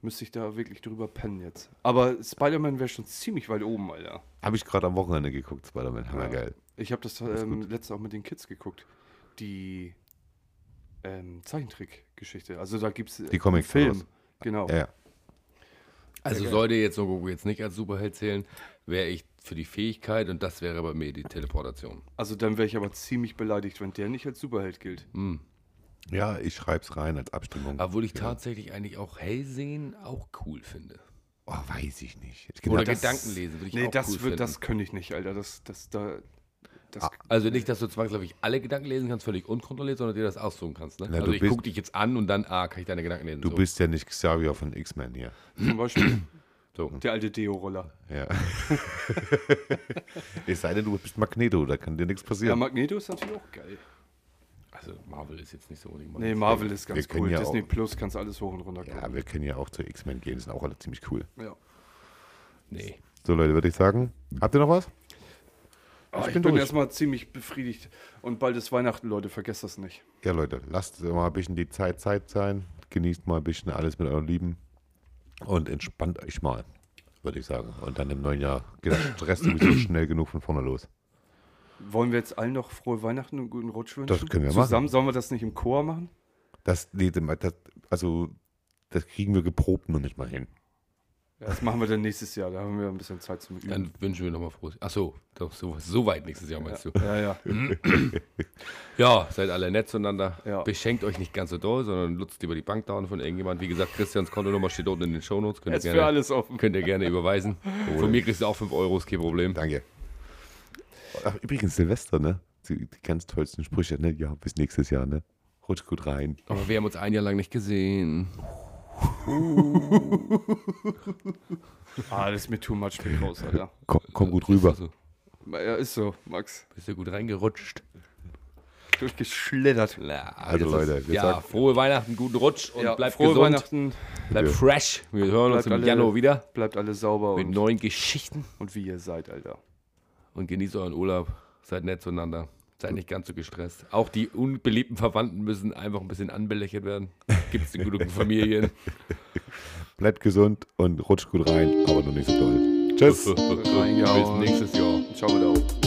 müsste ich da wirklich drüber pennen jetzt. Aber Spider-Man wäre schon ziemlich weit oben, Alter. Habe ich gerade am Wochenende geguckt, Spider-Man. Hammergeil. Ich habe das ähm, letzte auch mit den Kids geguckt. Die ähm, Zeichentrick-Geschichte. Also da gibt es Die Comics oder Film. was? Oh. Genau. Ja, ja. Also sollte jetzt Son Goku jetzt nicht als Superheld zählen, wäre ich für die Fähigkeit und das wäre bei mir die Teleportation. Also dann wäre ich aber ziemlich beleidigt, wenn der nicht als Superheld gilt. ja, ich schreibe es rein als Abstimmung. Obwohl ich ja. tatsächlich eigentlich auch Hellsehen auch cool finde. Oh, weiß ich nicht. Oder das- Gedanken lesen würde ich Nee, auch das, cool wird, finden. das könnte ich nicht, Alter. Das, das, da, das, also nicht, dass du zwangsläufig alle Gedanken lesen kannst, völlig unkontrolliert, sondern dir das aussuchen kannst. Ne? Na, also du ich bist- gucke dich jetzt an und dann, ah, kann ich deine Gedanken lesen. Du so. bist ja nicht Xavier von X-Men hier. zum Beispiel. So. Der alte Deo-Roller. Ja. es sei denn, du bist Magneto, da kann dir nichts Ja. passieren. Magneto ist natürlich auch geil. Also Marvel ist jetzt nicht so unbedingt Nee, meins. Marvel ist ganz wir können cool. ja Disney auch- Plus kannst alles hoch und runter Ja, gucken. wir können ja auch zu X-Men gehen, die sind auch alle ziemlich cool. Ja. Nee. So, Leute, würde ich sagen, habt ihr noch was? Ah, ich, bin bin durch. erstmal ziemlich befriedigt. Und bald ist Weihnachten, Leute, vergesst das nicht. Ja, Leute, lasst mal ein bisschen die Zeit Zeit sein. Genießt mal ein bisschen alles mit euren Lieben. Und entspannt euch mal, würde ich sagen. Und dann im neuen Jahr geht der Stress sowieso schnell genug von vorne los. Wollen wir jetzt allen noch frohe Weihnachten und guten Rutsch wünschen? Das können wir machen. Zusammen sollen wir das nicht im Chor machen? Das, nee, das, also, das kriegen wir geprobt noch nicht mal hin. Ja, das machen wir dann nächstes Jahr. Da haben wir ein bisschen Zeit zum Üben. Dann wünschen wir nochmal frohes. Achso, doch, so, so weit nächstes Jahr meinst du. ja, ja. Ja, seid alle nett zueinander. Ja. Beschenkt euch nicht ganz so doll, sondern nutzt lieber die Bankdaten von irgendjemand. Wie gesagt, Christians Kontonummer steht unten in den Shownotes. Könnt, ihr Jetzt für gerne- alles offen. könnt ihr gerne überweisen. Von mir kriegst du auch 5 Euro, ist kein Problem. Danke. Ach, übrigens, Silvester, ne? Die, die ganz tollsten Sprüche, ne? Ja, bis nächstes Jahr, ne? Rutsch gut rein. Aber wir haben uns ein Jahr lang nicht gesehen. Ah, das ist mir too much mit raus, Alter. Komm, komm gut rüber. Also, Ja, ist so, Max. bist du gut reingerutscht? Durchgeschlittert. Also, Das ist- Leute, wir ja, sagen- frohe Weihnachten, guten Rutsch und ja, bleibt frohe gesund. Weihnachten. Bleibt Ja. fresh. Wir hören uns Bleibt im alle- Januar wieder Bleibt alle sauber mit und, neuen Geschichten. und wie ihr seid, Alter. Und genießt euren Urlaub. Seid nett zueinander. Seid nicht ganz so gestresst. Auch die unbeliebten Verwandten müssen einfach ein bisschen anbelächelt werden. Gibt es in genug Familien. Bleibt gesund und rutscht gut rein, aber noch nicht so doll. Tschüss. Bis nächstes Jahr. Ciao, Alter.